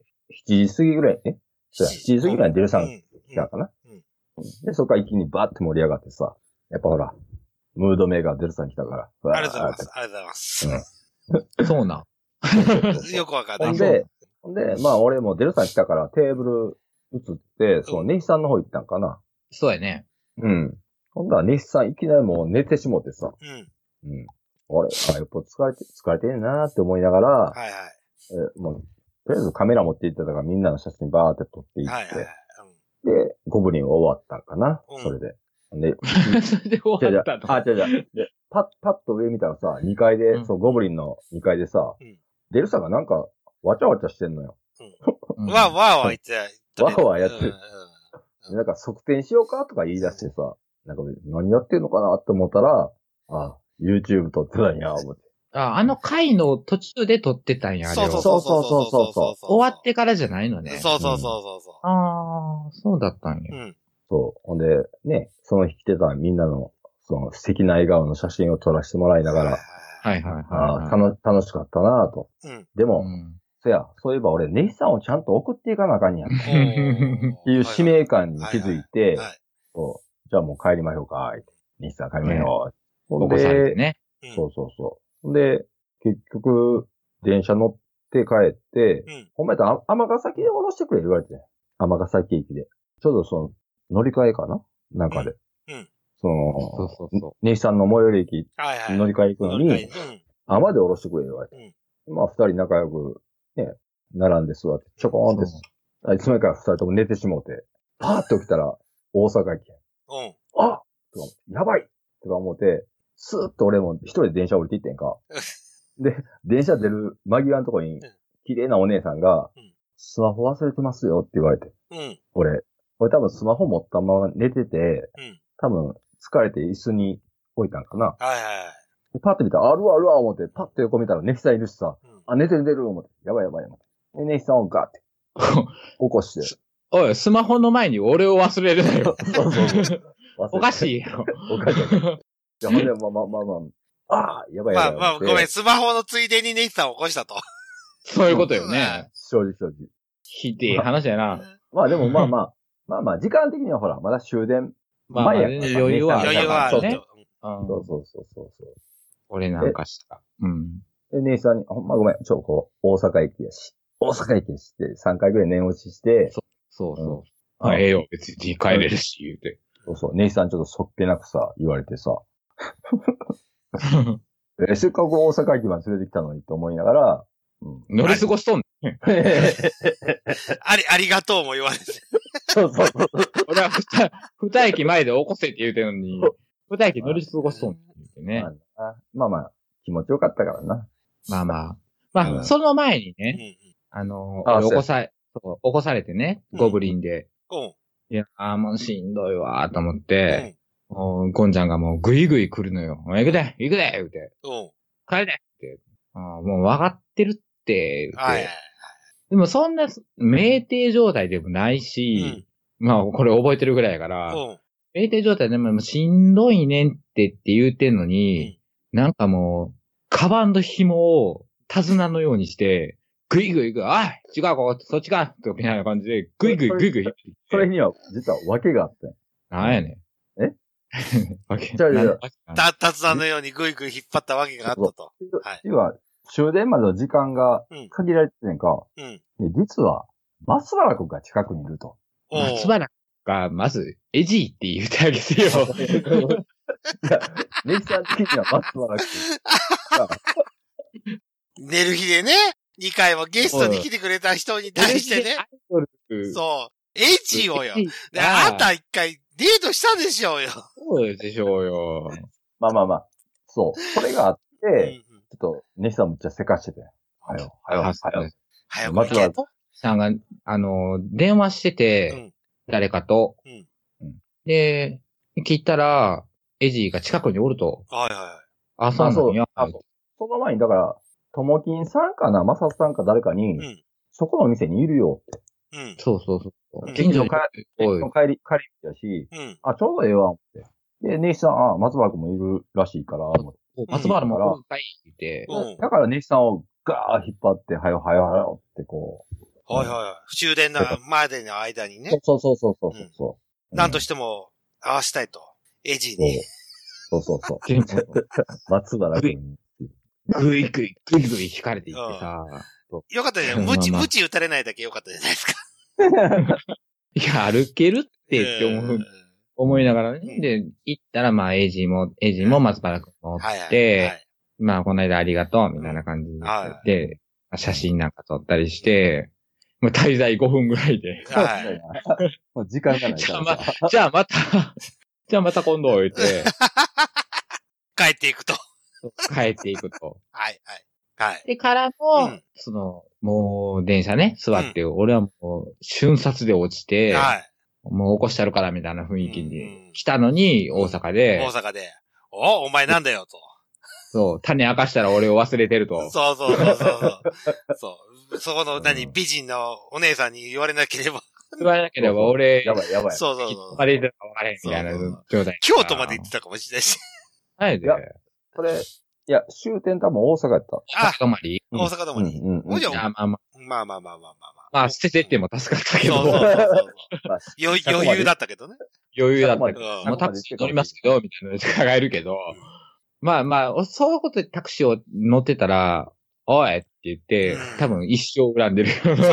C: 7時過ぎぐらい、えそうや7時過ぎぐらいに出るさん
A: うん。
C: 来たかな、
A: うん
C: で、そこから一気にバーって盛り上がってさ、やっぱほら、ムードメーカー出るさん来たから、わー
A: ありがとうございま
C: って
A: す。ありがとうございます。
B: そうな。
A: よくわかんな
C: ほ
A: い。
C: んで、ほんで、まあ俺もデルさん来たからテーブル移って、そうう、
A: ん
C: ネヒさんの方行ったんかな。
B: そうやね。
C: うん。ほんだらネヒさんいきなりもう寝てしもてさ、
A: うん。
C: うん。俺、あ、やっぱ疲れて、疲れてんなーって思いながら、
A: はいは
C: えもう、とりあえずカメラ持って行ってたからみんなの写真バーって撮ってい
A: い。
C: って、
A: はいはい。
C: で、ゴブリンは終わったんかな、
A: うん
C: それで。で、
B: それで
C: じゃ
B: 終わ
C: じ
B: った
C: ゃ
B: の。
C: あ、じゃじゃで、パッ、パッと上見たらさ、2階で、
B: うん
C: そう、ゴブリンの2階でさ、
A: うん
C: デルさんがなんか、わちゃわちゃしてんのよ。
B: う
A: うんん。わーわーわー言ってた。
C: わーわーやって
A: うんう
C: る
A: ん
C: でなんか測定しようかとか言い出してさ、なんか何やってんのかなって思ったら、あ、YouTube 撮ってたんや、思って。
B: ああの回の途中で撮ってたんや、あれ
A: そうそう
B: を。
A: そうそうそうそう。
B: 終わってからじゃないのね。
A: そうそうそうそうそ
B: ああ、そうだった
A: う。
B: ん
A: う
B: や。
A: ん。
C: そう。ほんで、ね、その日来てたみんなの、その素敵な笑顔の写真を撮らせてもらいながら、
A: い。
B: はいはいはい
C: あ
B: はい。
C: 楽楽しかったなぁと。
A: うん。
C: でも、
B: うん
C: そや、そういえば俺、ネヒさんをちゃんと送っていかなあかんやん。っ
A: って
C: いう使命感に気づいて、
A: はい。
C: そうじゃあもう帰りましょうか、言ってネヒさん帰りましょう。ほ
B: お
C: んで
B: 子さんでね。
A: うん
C: そうそうそう。ほんで、結局、電車乗って帰って、
A: うん。
C: ほんまやったら、甘ヶ崎で降ろしてくれ言われて。甘ヶ崎駅で。ちょうどその、乗り換えかななんかで。
A: うんうん
C: そ
B: そう
C: の、
B: そうそ
C: 西さんの最寄り駅
A: はいはい。
C: 乗り換え行くの
A: 乗り
C: に、
A: 換え
C: 甘で降ろしてくれ言われて。まあ、二人仲良く、ね、並んで座って、ちょこーんって
B: そう、
C: あいつの間にか二人とも寝てしもうて、パーって起きたら、大阪駅や。
A: うん。うん。
C: あとかやばいとか思って、スーッと俺も一人で電車降りていってんか。 で、電車出る間際のとこに
A: ん、
C: 綺麗なお姉さんが
A: うん、
C: スマホ忘れてますよって言われて。
A: うん。
C: 俺、俺多分スマホ持ったまま寝てて、
A: うん
C: 多分疲れて椅子に置いたんかな。
A: はいはい。
C: でパッと見たら、あるわあるわ思って、パッと横見たらネヒさんいるしさ、
A: うん。
C: あ、寝てる寝てる思って、やばいやばい思って。で、ネヒさんをガ ーって
B: う。
C: 起こして、
B: おい、スマホの前に俺を忘れるなよ。
C: そうそうそう
B: おか
C: い。
B: しいよ。
C: おかしい。いや、ほんで、まあまあまあまあ、ああ、やばい
A: ま
C: やばい
A: あ
C: 思って。
A: まあ、ごめん、スマホのついでにネイさんを起こしたと。
B: そういうことよね。
C: 正直正直。
B: ひでえ話やな。
C: まあでもまあまあ、まあまあ、時間的にはほら、まだ終電。
B: まあまあ、
C: 前やから
B: 余裕はあ
A: 余
B: る
A: 裕はあ
B: か
A: る
B: ら
A: と
B: ね。。う
C: そ
B: ん
C: うそうそうそう
B: 俺なんかした。うん。
C: そう。で、姉さんに、ほんまごめん、ちょ、こう、大阪駅やし。大阪駅やしって、3回ぐらい念押しして、
B: そうそう。
C: うん
B: あええよ、別に帰れるし、言う て。
C: そうそう、姉さんちょっとそっけなくさ、言われてさ、え、せっかく大阪駅まで連れてきたのにと思いながら、うん。
B: 乗り過ごしとんね。
A: あり、ありがとうも言われて。
C: そうそうそう。
B: 俺は二、二駅前で起こせって言うてんのに、二駅乗り過ごしとんねんってね。
C: あまあまあ、気持ちよかったからな。
B: まあまあ。ま
C: う
B: あ、
C: ん
B: その前に
A: うん
B: ね、あの、
C: あ
B: 俺
C: そう
B: 起
C: や
B: こさ、そう起こされてね、
A: うん
B: ゴブリンで。
A: うん。うん。
B: いや、あーもうしんどいわーと思っ
A: う
B: て、
A: ん。
B: もうゴンちゃんがもうぐいぐい来るのよ。おい行くで行くで言うて。
A: うん。
B: 帰れって。あーもう分かってるって言うて。
A: はい。
B: でもそんな、酩酊状態でもないうし
A: ん、。
B: まあこれ覚えてるぐらいやか
A: う
B: ら、
A: ん。
B: 酩酊状態でももうしんどいねんってって言うてんのに、なんかもう、カバンの紐を手綱のようにして、ぐいぐいぐい、あい違うここ、そっちかみたいな感じで、ぐいぐいぐいぐい。
C: それには、実は訳があって。
B: なんやねん。
C: え
B: わけ
C: じゃあいや
B: なんか
A: た、たつさんのようにぐいぐい引っ張ったわけがあったと。はい
C: 要は、終電までの時間が
A: うん
C: 限られてるやんか。
A: うん。
C: で、実は、松原君が近くにい ると。
A: お
B: 松
A: う
B: 原が、まず、エジーって言ってあげてよ。
C: いや、ネキさん的には松原君。
A: 寝る日でね、2回もゲストに来てくれた人に対してね
B: ア、イドル。
A: そう、エジをよ。
B: エジ
A: で、
B: が
A: あんた一回デートしたでしょうよ。
B: そうでしょうよ。
C: まあまあまあ。そう。それがあっ
A: うんう
C: て、
A: ん
C: ちょっと、ネキさんむっちゃせかしてて。はよ、はよ、はよ。
A: 早く行
C: 松
A: け
C: 原
A: と。
B: さんが、あの、電話してて、
A: うん
B: 誰かと、
A: うん
C: うん
B: で、聞いたら、エジーが近くにおると。
A: はいは
B: あ、そうなんや。
C: あそうあそうその前に、だから、ともきんさんかな、まささんか誰かに、
A: うん
C: そこの店にいるよって。
A: いはい。
B: そうそうそうう。
A: ん
B: 近所に
C: 近
B: おい
C: その帰り、帰り道やし、
A: うん。うん。
C: あ、ちょうどええわ、って。で、ネシさん、あ、松原君もいるらしいから、思って
B: 松原もおるんかいって
A: う。ん。
C: だからネシさんをガー引っ張って、はよはよはよってこう。
A: はいはいはい。終電のまでの間にね、
C: そうそうそうそうそうそう。う
A: なんとしても合わしたいと。エジに。
C: そうそうそう
B: 全
C: そう。松原君。
B: ぐいぐい、ぐいぐい引かれていってさ。
A: よかったじゃ。
B: うんん
A: 無
B: まあまあ
A: 知、無知打たれないだけよかったじゃないですか。
B: いや、歩けるってって思う、
A: うん
B: 思いながら
A: うん
B: ね。で、行ったら、まあ、エイジも、エイジも松原くんもおって、
A: はいはいはい。
B: まあ、この間ありがとう、みたいな感じで、
A: は
B: で写真なんか撮ったりして、もう滞在5分ぐら いで、
A: はい。
C: もう時間がない
B: じ
C: か
B: ゃあ
C: ら
B: ま
C: さ。
B: た、じゃあまた、 じゃあまた今度置いて、
A: 帰っていくと。
B: 帰っていくと。
A: はいはい。はい。
B: で、から
A: う
B: の、
A: ん
B: その、もう、電車ね、座って、俺はもう、瞬殺で落ちて、
A: はい。
B: もう起こしてやるから、みたいな雰囲気
A: うんうん
B: に来たのに、大阪で、
A: 大阪で。おお前なんだよ、と。
B: そう、種明かしたら俺を忘れてると。
A: そうそうそうそうそう。そう。そこの、何、
C: うん
A: 美人のお姉さんに言われなければ。
B: 言わなければ俺、
C: やばいやばい。
A: そうそう
B: きっ
A: そ
B: と
A: う。
B: バレてたか分からへんみたいな状態。
A: 京都まで行ってたかもしれないし。
B: はいで。
C: いやそれ、いや、終点多分大阪やった。
A: あ、
B: 泊まり
A: 大阪とも
C: うん
A: に。
C: うんうん
A: じゃ
B: まあまあ
A: ま
B: ま
A: あまあまあまあまあまあ。
B: あ、まあ、捨ててっても助かったけ
A: そうそう
B: ど、
A: そうそう。
C: まあ
A: 余
C: そこまで
A: 余裕だったけどね。
B: 余裕だったけ
A: う
B: ど。
A: ん。
B: もうタクシー乗りますけど、みたいなので考えるけど、まあまあ、そういうことでタクシーを乗ってたら、おいって言って
A: う、ん
B: 多分一生恨んでる。
A: そうそう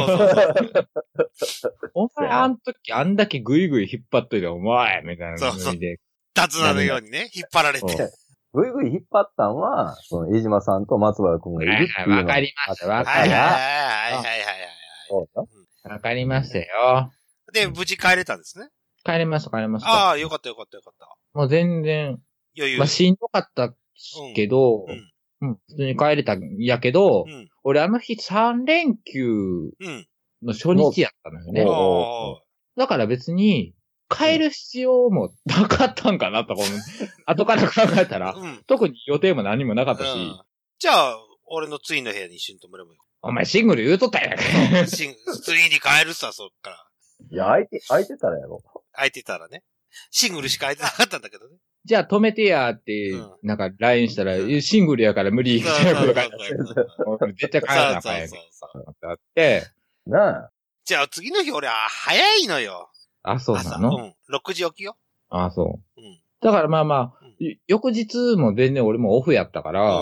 A: そう。
B: お前あん時あんだけグイグイ引っ張っといて、お前みたいな
A: そうそう
B: 感じで。
A: タツナのようにね、引っ張られて。
B: そう
C: ぐいぐい引っ張ったんは、その、江島さんと松原君がいるっていうのが。
B: わかりましたわか
A: はいはいはい
B: りました
A: はいはいはい。
C: そうだ
B: わかりましたよ。
A: で、無事帰れたんですね。
B: 帰りました、帰りました。
A: ああ、よかったよかったよかった。
B: もう全然、
A: 余裕
B: まあ、。しんどかったけど、
A: う
B: うんん、普通に帰れたんやけど、
A: うん。
B: 俺あの日3連休
A: うん。
B: の初日やったのよね
C: おう。
A: おー
B: だから別に、帰る必要もなかったんかな とか思う。後から考えたら、
A: うん。
B: 特に予定も何もなかったし、
A: うんじゃあ、俺のツインの部屋に一緒に泊まればよ。
B: お前シングル言うとったやんか。
A: シンツインに帰るさ、そっから。
C: いや、空いて、空いてたらやろ。
A: 空いてたらね。シングルしか空いてなかったんだけどね。
B: じゃあ止めてやって
A: うん、
B: なんか LINE したら、
A: うん
B: えシングルやから無理み
A: そ
B: たいなこと
A: う
B: が、
A: そうそう
B: 俺絶対帰らなあかんやん
A: そうそうそうそう
B: ってあって、
C: なあ。
A: じゃあ次の日俺は早いのよ。
B: あ、そうな
A: 朝。
B: の、
A: うん。6時起きよ。
B: あ、そう。
A: うん。
B: だからまあまあ
A: うん、
B: い翌日も全然俺もオフやったから、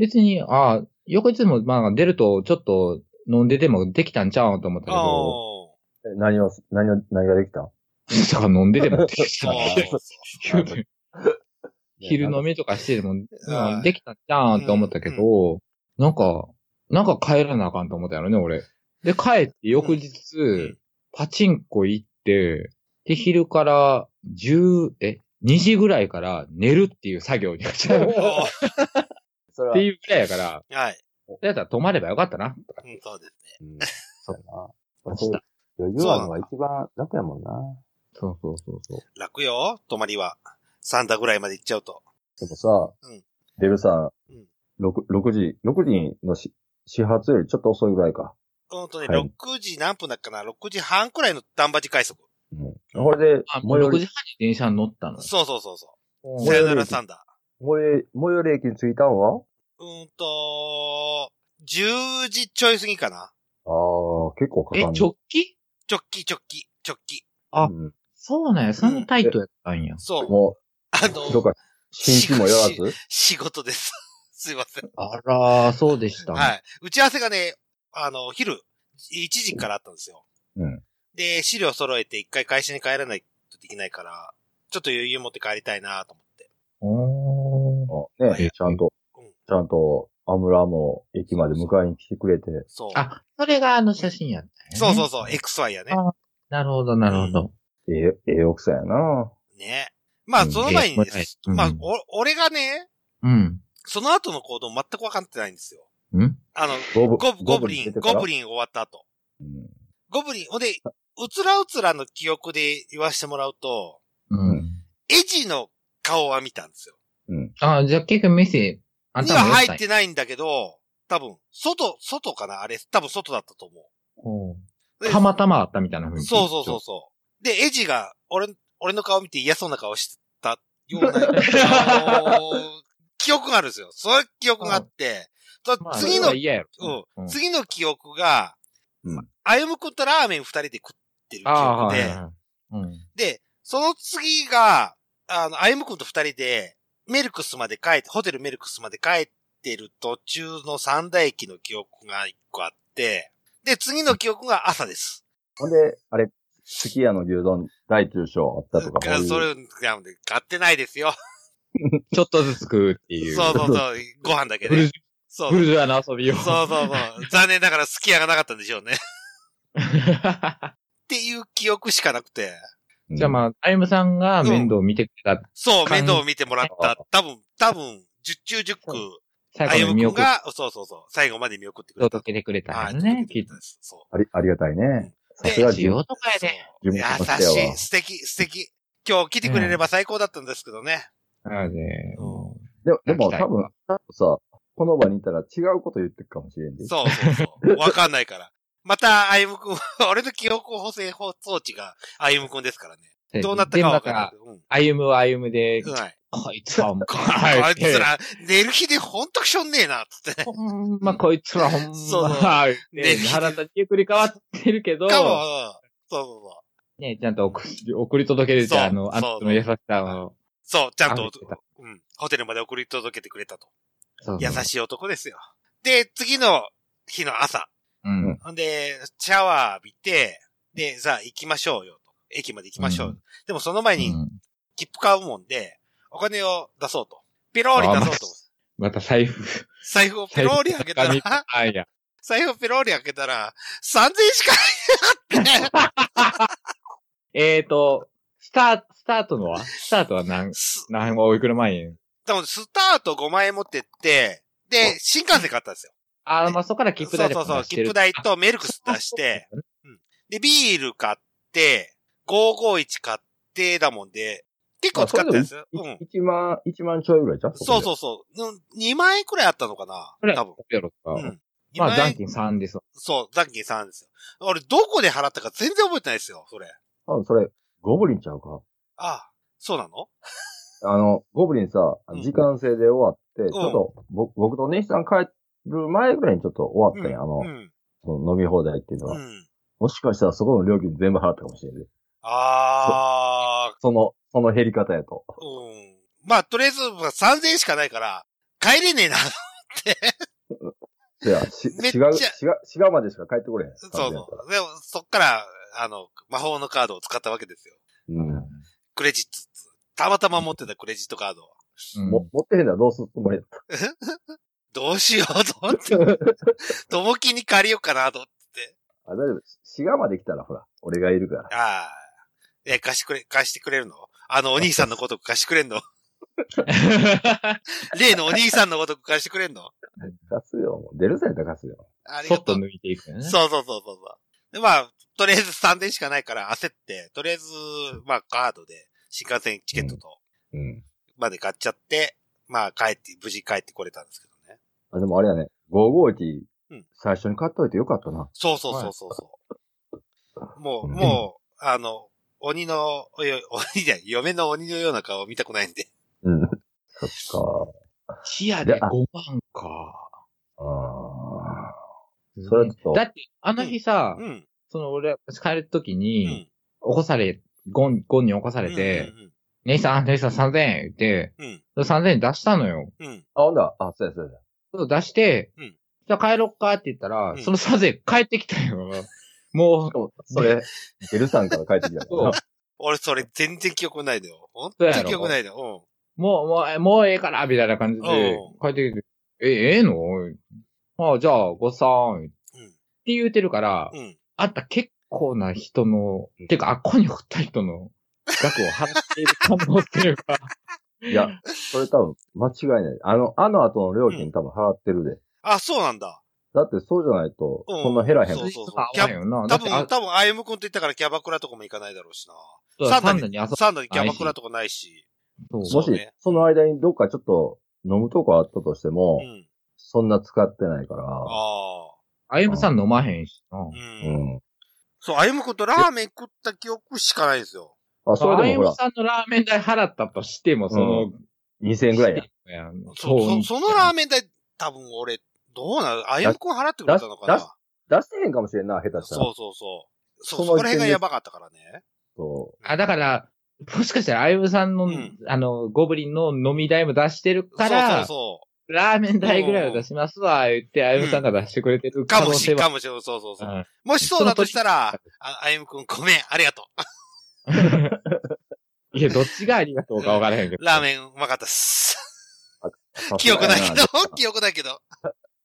B: 別に、ああ、翌日もまあ出るとちょっと飲んででもできたんちゃうと思ったけど、
A: お
C: え何を、何を、何ができた
B: だから飲んででもで きたんちゃう
A: ー。
B: 昼飲みとかしてでも
A: うん
B: できたんちゃうと思ったけど、なんか、なんか帰らなあかんと思ったやろね、俺。で、帰って翌日、
A: ん
B: パチンコ行って、で、昼から10、え、2時ぐらいから寝るっていう作業になっちゃう。っ
A: お
C: それは
B: て、いうぐらいやから、
A: ー はい。
B: だったら泊まればよかったな。
A: うん、そうですね。
C: うん
B: そう
C: そうやな。そう余裕あるのが一番楽やもんな。
B: そうそうそうそう。
A: 楽よ、泊まりは。サンダぐらいまで行っちゃうと。
C: でもさ
A: うん、
C: デブさ
A: うんん、
C: 6, 6時、6時のし始発よりちょっと遅いぐらいか。
A: ほんとね、
C: はい
A: 6時何分だっけかな ?6 時半くらいの断バジ快速。
C: うん。これで、
B: あ、も
C: 最
B: う
C: 寄
B: 6時半
C: り
B: に電車に乗ったの。
A: そうそうそうそう。
C: ん
A: さよならサンダ
C: 最寄り駅に着いたんは
A: うーんと、10時ちょい過ぎかな
C: ああ、結構かか
B: え
C: ん、ね
B: 直帰
A: 直帰直帰直帰。
B: あ
C: うん
B: そうなんや、そのタイトやったんや。
A: そう。
C: も
A: あ
C: う、どう
A: の、
C: か、新規もよらず
A: 仕事です。 すいません。
B: あらー、そうでした。
A: はい。打ち合わせがね、あの、昼、1時からあったんですよ。
C: うん。
A: で、資料揃えて一回会社に帰らないとできないから、ちょっと余裕持って帰りたいなと思って。
B: おー
C: あね、ちゃんと
A: うん、
C: ちゃんと、アムラも駅まで迎えに来てくれて、
A: そう。
B: あ、それがあの写真やったんやね。
A: そうそうそう、XY やね。
B: なるほど、なるほど。
C: ええ、ええ奥さんやな。
A: ね。まあ、その前にです、
B: うん
A: まあ
B: うん、
A: お、俺がね、
B: うん。
A: その後の行動全く分かってないんですよ。
B: うん
A: あの、
C: ゴブ
A: ゴブ、ゴブリン、ゴブリン終わった後。
C: ン。うん
A: ゴブリン、ほんで、うつらうつらの記憶で言わしてもらうと、
B: うん。
A: エジの顔は見たんですよ。
C: うん。
B: あ、じゃあ結局店、あん
A: に
B: た
A: は
B: もやった
A: 入
B: ん
A: っ
B: や。
A: てないんだけど、多分、外、外かなあれ、多分外だったと思
B: ほ
A: う。で
B: うたまたまあったみたいな風に。
A: そうそうそうそう。で、エジが、俺、俺の顔見て嫌そうな顔してたよう な、あのー記憶があるんですよ。そういう記憶があって、と
B: まあ
A: 次
B: それ
A: の
B: は、嫌やろ。
A: うん、次の記憶が、
C: うん
A: まあゆむくんとラーメン二人で食ってる記
B: あ
A: 憶
B: あ、はい
A: で、
B: はいはい。うん。
A: で、その次が、あの、あゆむくんと二人で、メルクスまで帰って、ホテルメルクスまで帰ってる途中の三大駅の記憶が一個あって、で、次の記憶が朝です。
C: ほんで、あれ、すき家の牛丼大中小あったとか、
A: うんそれ、なんで、買ってないですよ。
B: ちょっとずつ食うっていう。
A: そうそう そう、ご飯だけ
B: ブル
A: ね
B: ジ。
A: そう。
B: ブ
A: そう
B: ルジュアの遊びを。
A: そうそう。残念ながら好き家がなかったんでしょうね。っていう記憶しかなくて。
B: じゃあまあ、あゆむさんが面倒を見てくれた、
A: そう、
B: 感
A: 面倒を見てもらった。多分、多分、十中十
B: そ
A: 句、あ
B: 最
A: ゆ
B: 後
A: む
B: に
A: く
B: 見
A: ん
B: 送っ
A: が、そうそうそう、最後まで見送ってくれた
B: 届。けてくれた
A: は
B: ん
A: い、
B: や
A: 届
B: ね
A: け、てく
B: きっ
A: れたんですそう。
C: あり、ありがたいね。さすが
B: と。
C: 自
B: 仕
C: 分
B: 事かやで。
A: そう
C: 自分の
A: 優
C: 手
A: し、
C: はい
A: 素敵、素敵。今日来てくれれば最高だったんですけどね。
B: なの
A: う
B: で、
A: ん
C: でも、でも
B: 行きたい
C: 多分、さ、この場にいたら違うこと言ってるかもしれんで。
A: そうそうそう。わかんないから。 また、あゆむくん は、俺の記憶補正法装置があゆむくんですからね。 どうなったかわかんないけど。うん。
B: 歩むは歩むで、
A: はい。
B: こいつはもう、
A: こ
B: はい
A: いつら、寝る気でほんとくしょんねえな、つってね。
B: ほんま、こいつらほんま、
A: そう
B: はい
A: ね
B: ね腹立ちゆっくり変わってるけど、
A: かも、うんそうそうそう。
B: ね、ちゃんと送り送り届けるじゃん、あ
A: そう
B: の、あんたの優しさを。
A: そう、ちゃん
B: あ見
A: と
B: つけた、
A: うん、ホテルまで送り届けてくれたと。
B: そう
A: 優
B: そう
A: しい男ですよ。で、次の日の朝。
B: うん。
A: ほんで、シャワー浴びて、で、さあ行きましょうよと。駅まで行きましょうよ。
B: うん
A: でもその前
B: う
A: に
B: ん
A: 切符買うもんで、お金を出そうと。ピローリ出そうと思って。
B: また財布、
A: 財布をピローリ開け た
B: 財布
A: ら、
B: あ、いや。
A: 財布をピローリ開けたら、3000円しか入って なかっ
B: えーと、スタート、スタートのはスタートは何
A: た。、す
B: 何おいくら万円
A: だもんスタート5万円持ってって、で、新幹線買ったんですよ。
B: あー、まあ、そこから切符代で
A: そうそうそう、
B: 出して
A: 切
B: る
A: 符代とメルクス出して、で、ビール買って、551買ってだもんで、結構使ったんですよ。うん。
C: 一万、一万ちょいぐらいじゃん
A: そう
C: う。
A: そうそう。2万円くらいあったのか
B: こ
A: な
B: れ
A: 多分。
B: やろか。
A: うん。
B: ま
A: 2
B: あ、
A: 万
B: 残
A: 円
B: 金3ですわ。
A: そう、残金3ですよ。俺、どこで払ったか全然覚えてないですよ、それ。
C: 多分それ、ゴブリンちゃうか。
A: ああ、そうなの
C: あの、ゴブリンさ
A: う、ん
C: 時間制で終わって、ちょっと、ぼ僕とお姉さん帰る前ぐらいにちょっと終わったんや。あの
A: う、ん。
C: その飲み放題っていうの
A: う
C: は。
A: ん。
C: もしかしたらそこの料金全部払ったかもしれんで。
A: ああ、
C: その、その減り方やと。
A: うん。まあ、とりあえず、まあ3000円しかないから、帰れねえな。
C: じゃあ、し、
A: めっ
C: 違
A: ちゃ
C: う、違う、違うまでしか帰ってこれへん。
A: そうそう。でも、そっから、あの、魔法のカードを使ったわけですよ。
C: う。うん。
A: クレジット。たまたま持ってたクレジットカードを。
B: うん
C: も、持ってへんのはどうするつもりだった
A: どうしようと思 って。ともきに借りようかなと思って。
C: あ、大丈夫。滋賀まで来たらほら、俺がいるから。
A: ああ。え、貸してくれ、貸してくれるのあのお兄さんのごとく貸してくれんの 例のお兄さんのごとく貸してくれんの
C: 貸すよ。もう出るされたら貸すよ。
A: あり
B: そ
A: が
B: っ
A: と
B: と
A: う。
B: 抜いていくよね。
A: そうそうそうそうそう。で、まあ、とりあえず3点しかないから焦って、とりあえず、まあ、カードで、新幹線チケットと、
C: うん。
A: まで買っちゃって、まあ、帰って、無事帰ってこれたんですけどね。
C: あ、でもあれやね、551
A: うん、
C: 最初に買っといてよかったな。
A: そうそうそうそうそう、もう、
C: うん
A: もう、あの、鬼の、およ鬼じゃない嫁の鬼のような顔見たくないんで。
C: うん。そ
B: 視野
C: で
B: で
C: あ
B: 5万か。
C: っか。あーそれはちょっ
B: だ
C: と、
B: って、あの日さ、
A: うん。
B: その俺、帰るとき
A: う
B: に、
A: ん。
B: 起こされ、ゴン、ゴンに起こされて、
A: うん
B: 姉さん、姉さん3000円言って、
A: うん。
B: 3000円出したのよ。
A: うん。うん。
C: あ、ほんだ、あ、そうやそうやそうや。
B: そう出して、
A: うん
B: じゃあ帰ろっかって言ったら、
A: うん
B: その3000円帰ってきた よ。も
C: しかも、それ、ベルさんから帰ってきた
B: う、
C: からな
B: そう。
A: 俺、 それ全然記憶ないのよ。本
B: そうや
A: 当
B: ろ
A: に記憶ないのよ。
B: もう、もう、もうええから、みたいな感じで
A: う、
B: 帰ってきて、え、ええのああ、じゃあ、ごさん。っ
A: う
B: て
A: ん
B: 言うてるから、
A: うん。うん。
B: あんた結構な人の、てか、あっこにおった人の額を払っている可能性が。
C: いや、それ多分、間違いない。あの、あの後の料金多分払ってるで。
A: あ、そうなんだ。
C: だってそうじゃないと、
A: うん
C: そんな減らへんも
A: そ
C: ん
A: うそうそう
B: 合わんよな。だ
A: 多
B: ってあ
A: 分、多分、歩夢君と言ったからキャバクラとかも行かないだろうし
B: そう
A: な。
B: サンダに遊ぶ。
A: サンダにキャバクラとかないし。
B: そ
C: も
B: う
A: そう
C: し
A: ね、
C: その間にどっかちょっと飲むとこあったとしても
A: う、ん。
C: そんな使ってないから、
A: ああ。
B: あゆむさん飲まへんしな
A: う。。
C: うんん。
A: そう、歩夢君とラーメン食った記憶しかないんですよ。
C: あ、そ
B: あ
C: れ
B: ゆ
C: でも
B: む
C: ほら、
B: さんのラーメン代払ったとしても、その、
C: う2000円ぐらいや。
B: やん。
A: そ、そ、そのラー
B: ー
A: メン代、多分俺、どうなの歩夢君払ってくれたのか
C: だだ
A: な
C: 出してへんかもしれんな、下手したら。
A: そうそうそう。そう、
C: その
A: そこら辺がやばかったからね。
C: そ
B: あ、だから、もしかしたら、あゆむさんの、
A: うん
B: あの、ゴブリンの飲み代も出してる
A: そ
B: か
A: う
B: ら、
A: そうそ
B: ラーメン代ぐらいは出しますわ、言って、あゆむさんが出してくれてる
A: う。か
B: 可能
A: もし
B: 性
A: れん、
B: は。
A: かもしれん、そうそうそう。
B: うん
A: もしそうだとしたら、あ、あゆむくんごめん、ありがと
B: いや、どっちがありがとうか分からへんけ
A: う。
B: ど。
A: ラーメンうまかったっす。
C: う。
A: 記憶ないけ
C: さすがや
A: ど、記憶ないけど。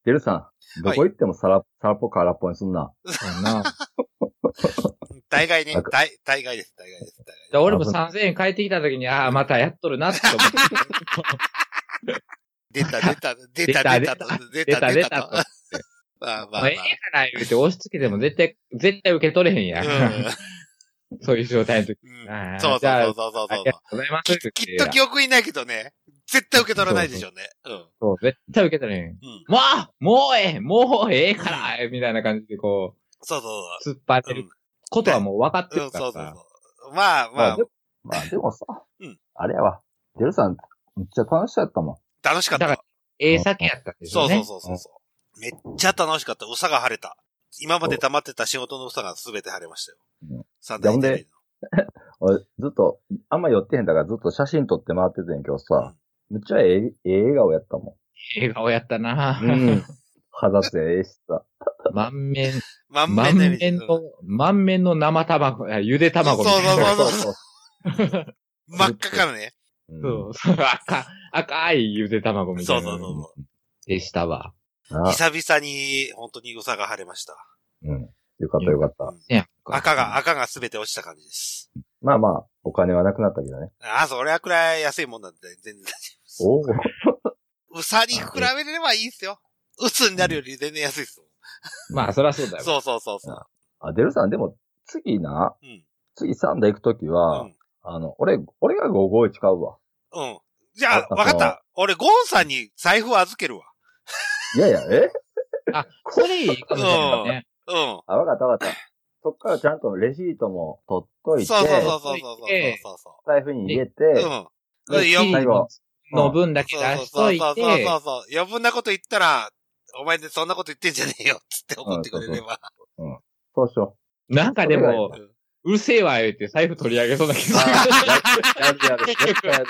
C: デルさん、どこ行っても皿、皿っぽ空っぽにす んな。
B: そうな。
A: 大概ね
C: なん、か
A: 大、大概です、大概です、大概
B: で俺も3000円返ってきた時に、ああ、またやっとるなって 思って。
A: です。出た、出た、出た、出たと、出
B: 出
A: た、
B: た
A: 出
B: 出
A: た
B: た
A: と
B: と。。
A: まあまあ
B: ま
A: ま
B: あええから言うて押し付けても絶対、絶対受け取れへんやん。
A: あ。
B: そういう状態の時。
A: うん
B: あ
A: うん。
B: ー
A: そうそう
B: じゃ
A: そ
B: あ
A: うそうそう
B: あ
A: そ
B: り
A: う
B: がとうございます。
A: き。きっと記憶にないけどね、絶対受け取らないでしょうね。うん。
B: そう、絶対受け取れへん。
A: うん。
B: もうもうええもうええからみたいな感じでこ
A: そうそう
B: う、突っ張
A: そう。
B: れ
A: うん
B: る。ことはもう分かって
A: うん、
B: るか
A: そ
B: ら
A: うそう
B: さ。
A: そう。まあま
C: まあ
A: あ
C: で、も、まあでもさ
A: うん、
C: あれやわ。デルさん、めっちゃ楽しかったも
A: 楽しかっ
B: だ
A: た
B: か。ええ酒やったんです
A: そ
B: よ
A: う
B: ね。
A: そうそうそうそう。めっちゃ楽しかった。うさが晴れた。今まで溜まってた仕事のうさがすべて晴れましたよ
C: うん。
A: 三大
C: で
A: 大
C: ほんでん。俺、ずっと、あんま寄ってへんだからずっと写真撮って回っててんけどさ、めっちゃええ、ええ笑顔やったも
B: 笑顔やったな、
C: ん。うん。肌つええしさ。
B: 満面、
A: 満面
B: 満
A: の笑み
B: 面の、満面の生卵、いやゆで卵みたいな。
A: そうそうそう
C: そう。
A: 真っ赤からね。
C: うん
B: そうそう赤、赤いゆで卵みた
A: そう
B: いな
A: そう
B: の
A: そ
B: でしたわ。
A: う。
C: な
A: 久々に本当にうさが晴れました。
C: うん。よかったよかった。
B: ねやんか
A: 赤が、赤がすべて落ちた感じです。
C: まあまあ、お金はなくなったけどね。
A: ああ、それはくらい安いもんなんで全然大丈
C: おお。
A: 夫。うさに比べればいいっすよ。うつになるより全然安いっすよ。
B: まあ、そりゃそうだよ。
A: そうそうそうそう。
C: あ、デルさん、でも、次な、
A: うん。
C: 次サンダ行くときは、
A: うん。
C: あの、俺、俺が551買うわ。
A: うん。じゃあ、
C: あ
A: わかった。俺、ゴンさんに財布を預けるわ。
C: い やいや、え
B: あ、それいいかもしれないね。
A: うん。
C: あ、わかったわかった。そっからちゃんとレシートも取っといて、
A: そうそうそうそうそうそうそ
C: 財布に入れて、
A: う。うん。うん、よ
B: 金
C: 最後
B: の分だけ出しとい
A: そうそうそう
B: て
A: そ、うそう。余分なこと言ったら、お前でそんなこと言ってんじゃねえよ、つって怒ってくれれば。
C: そうしよ
B: なんかでも
A: うん、
B: うるせえわ、言うて財布取り上げそうな気
C: う。
B: がする。
C: やるやる。やるやる。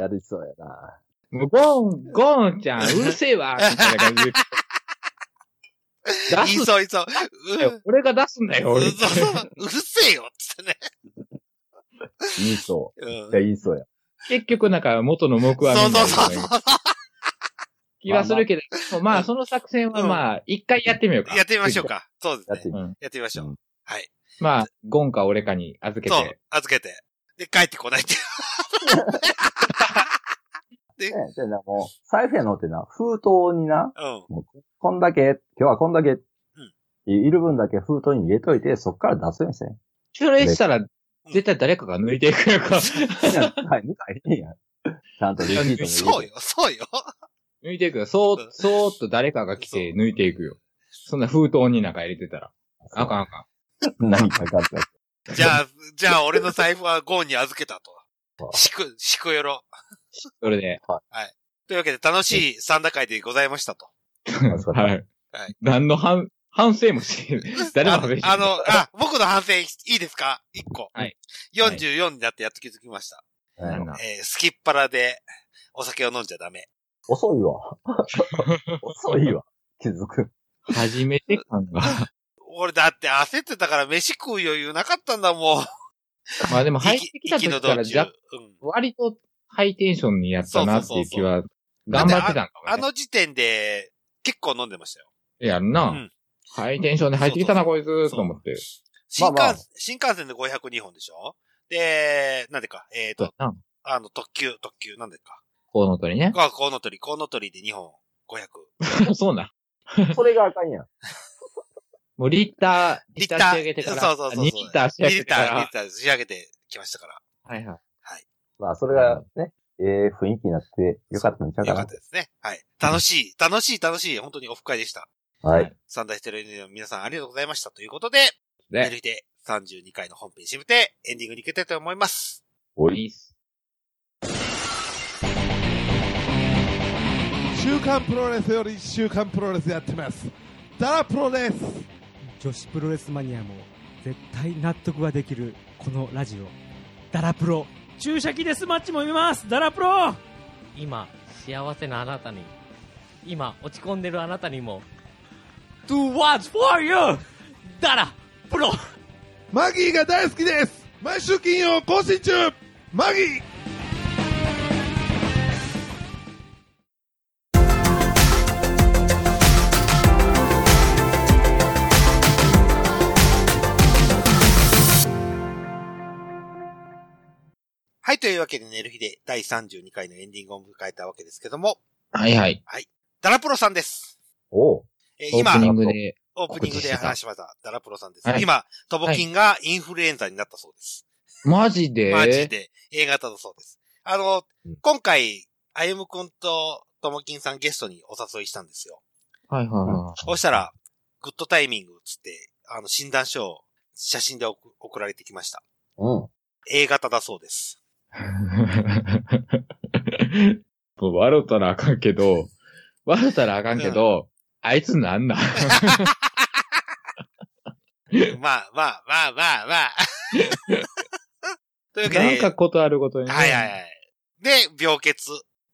C: やりそうや な。
B: もうゴン、ゴンちゃん、うるせえわ、みたいな感じで。
A: い
B: 出すん
A: そういそう。
B: だ
A: うん
B: よ。俺が出すんだよ、
A: う
B: 俺。
A: んそうそううるせえよ、つってね。
C: 言いそうう。
A: ん
C: いや、。言いそうや。
B: 結局、なんか、元の木
A: そう
B: は
A: そうそうそう。
B: 気はするけど、でもまあ、その作戦はまあ、一回やってみようか。
A: やってみましょうか。そうです
C: やっ
A: ね。
C: てみ
B: うん。
A: やってみましょう。
C: うん
A: はい。
B: まあ、ゴンか俺かに預け
A: そう
B: て。、
A: 預けて。で、帰ってこないって。
C: て。で、なもう、財布やのってな、封筒にな、
A: うん。
C: もうこんだけ、今日はこんだけ、
A: ん
C: いる分だけ封筒に入れといて、そっから出すようにして。
B: それしたら、絶対誰かが抜いていくやんか。
C: はい、見たらいいやん。ちゃんとレシートも入れて
A: そうよ、そうよ。
B: 抜いていくよ。そう、そーっと誰かが来て抜いていくよ。そんな封筒になんか入れてたら。あかんあかん。
C: 何かかって
A: じゃあ、じゃあ、俺の財布はゴーンに預けた
C: あ
A: と。しく、しくよろ。
B: それで。
A: というわけで、楽しい三打会でございましたと。
C: そう
B: は
C: だ
B: い。何の反、反省もし、誰も反省してない
A: ああの、あ、僕の反省いいですか一個。
B: はい。
A: 44になってやっと気づきました。
B: なんだ
A: えー、すきっ腹でお酒を飲んじゃダメ。
C: 遅 いわ。遅いわ。気づく。
B: 初めて感が。
A: 俺だって焦ってたから飯食う余裕なかったんだもん。
B: まあでも入って
A: 息
B: きた時
A: 息の
B: か
A: 道
B: ら
A: 中
B: 若
A: うん。
B: 割とハイテンションにやったなっていう気は、頑張ってたんかも
A: あ
B: ね。
A: の時点で結構飲んでましたよ。
B: いやんな、
A: うん
B: ハイテンションで入ってきたな、
A: そ
B: こいつ、と思って。
A: 新幹、
C: まあまあ
A: 新幹線で502本でしょで、なんでか、えっ、
B: そう
A: と、
B: やな。
A: あの、特急、特急、なんでか。
B: コウノトリね。
A: が、コウノトリ、コウノトリで2本、500。
B: そうなん。
C: それがあかんやん。
B: もうリッター、
A: リッター、
B: 仕上げてから。
A: そうそうそうそう。
B: 2リッター仕上
A: 2
B: げ
A: リ
B: て
A: ッタ
B: か
A: ー、2リ
B: ら
A: ッ。ター仕上げてきましたから。
B: はいはい。
C: まあ、それがね、ええ雰囲気になってよかったんちゃう
A: よか
C: かな
A: った。ですね。はい。楽しい、楽しい、楽しい、本当にオフ会でした。
C: はい。
A: 三大ステレオの皆さんありがとうございました。ということで、
B: ね
A: メルヒで32回の本編締めて、エンディングに行けたいと思います。
C: お
B: い
C: い。
B: いっす。
H: 週刊プロレスより週刊プロレスやってますダラプロです
G: 女子プロレスマニアも絶対納得ができるこのラジオダラプロ注射器デスマッチも見ますダラプロ
I: 今幸せなあなたに今落ち込んでるあなたにも
G: Do what's for you!
I: ダラプロ
H: マギーが大好きです毎週金曜更新中マギー
A: はい、というわけで、ネルヒで第32回のエンディングを迎えたわけですけども、
B: はいはい。
A: ダラプロさんです。
C: おう。
A: えー
B: オー
A: 今
B: プニ、ングで。
A: オープニングで話しました。ダラプロさんです。
B: はい
A: 今、トボキンがインフルエンザになったそうです。
B: マジで
A: マジで A 型だそうです。あの、
C: うん
A: 今回、あゆむくんとともきんさんゲストにお誘いしたんですよ。
B: はいはいは
A: そうしたら、グッドタイミングっつって、あの、診断書を写真で送送られてきました。
C: うん。
A: A 型だそうです。
B: い。 もう笑うたらあかんけど、笑うたらあかんけど、あいつなんな ん
A: まあまあまあまあまあ。 というわけで、
B: なんかことあることにね。
A: はいはいはい。で、病欠。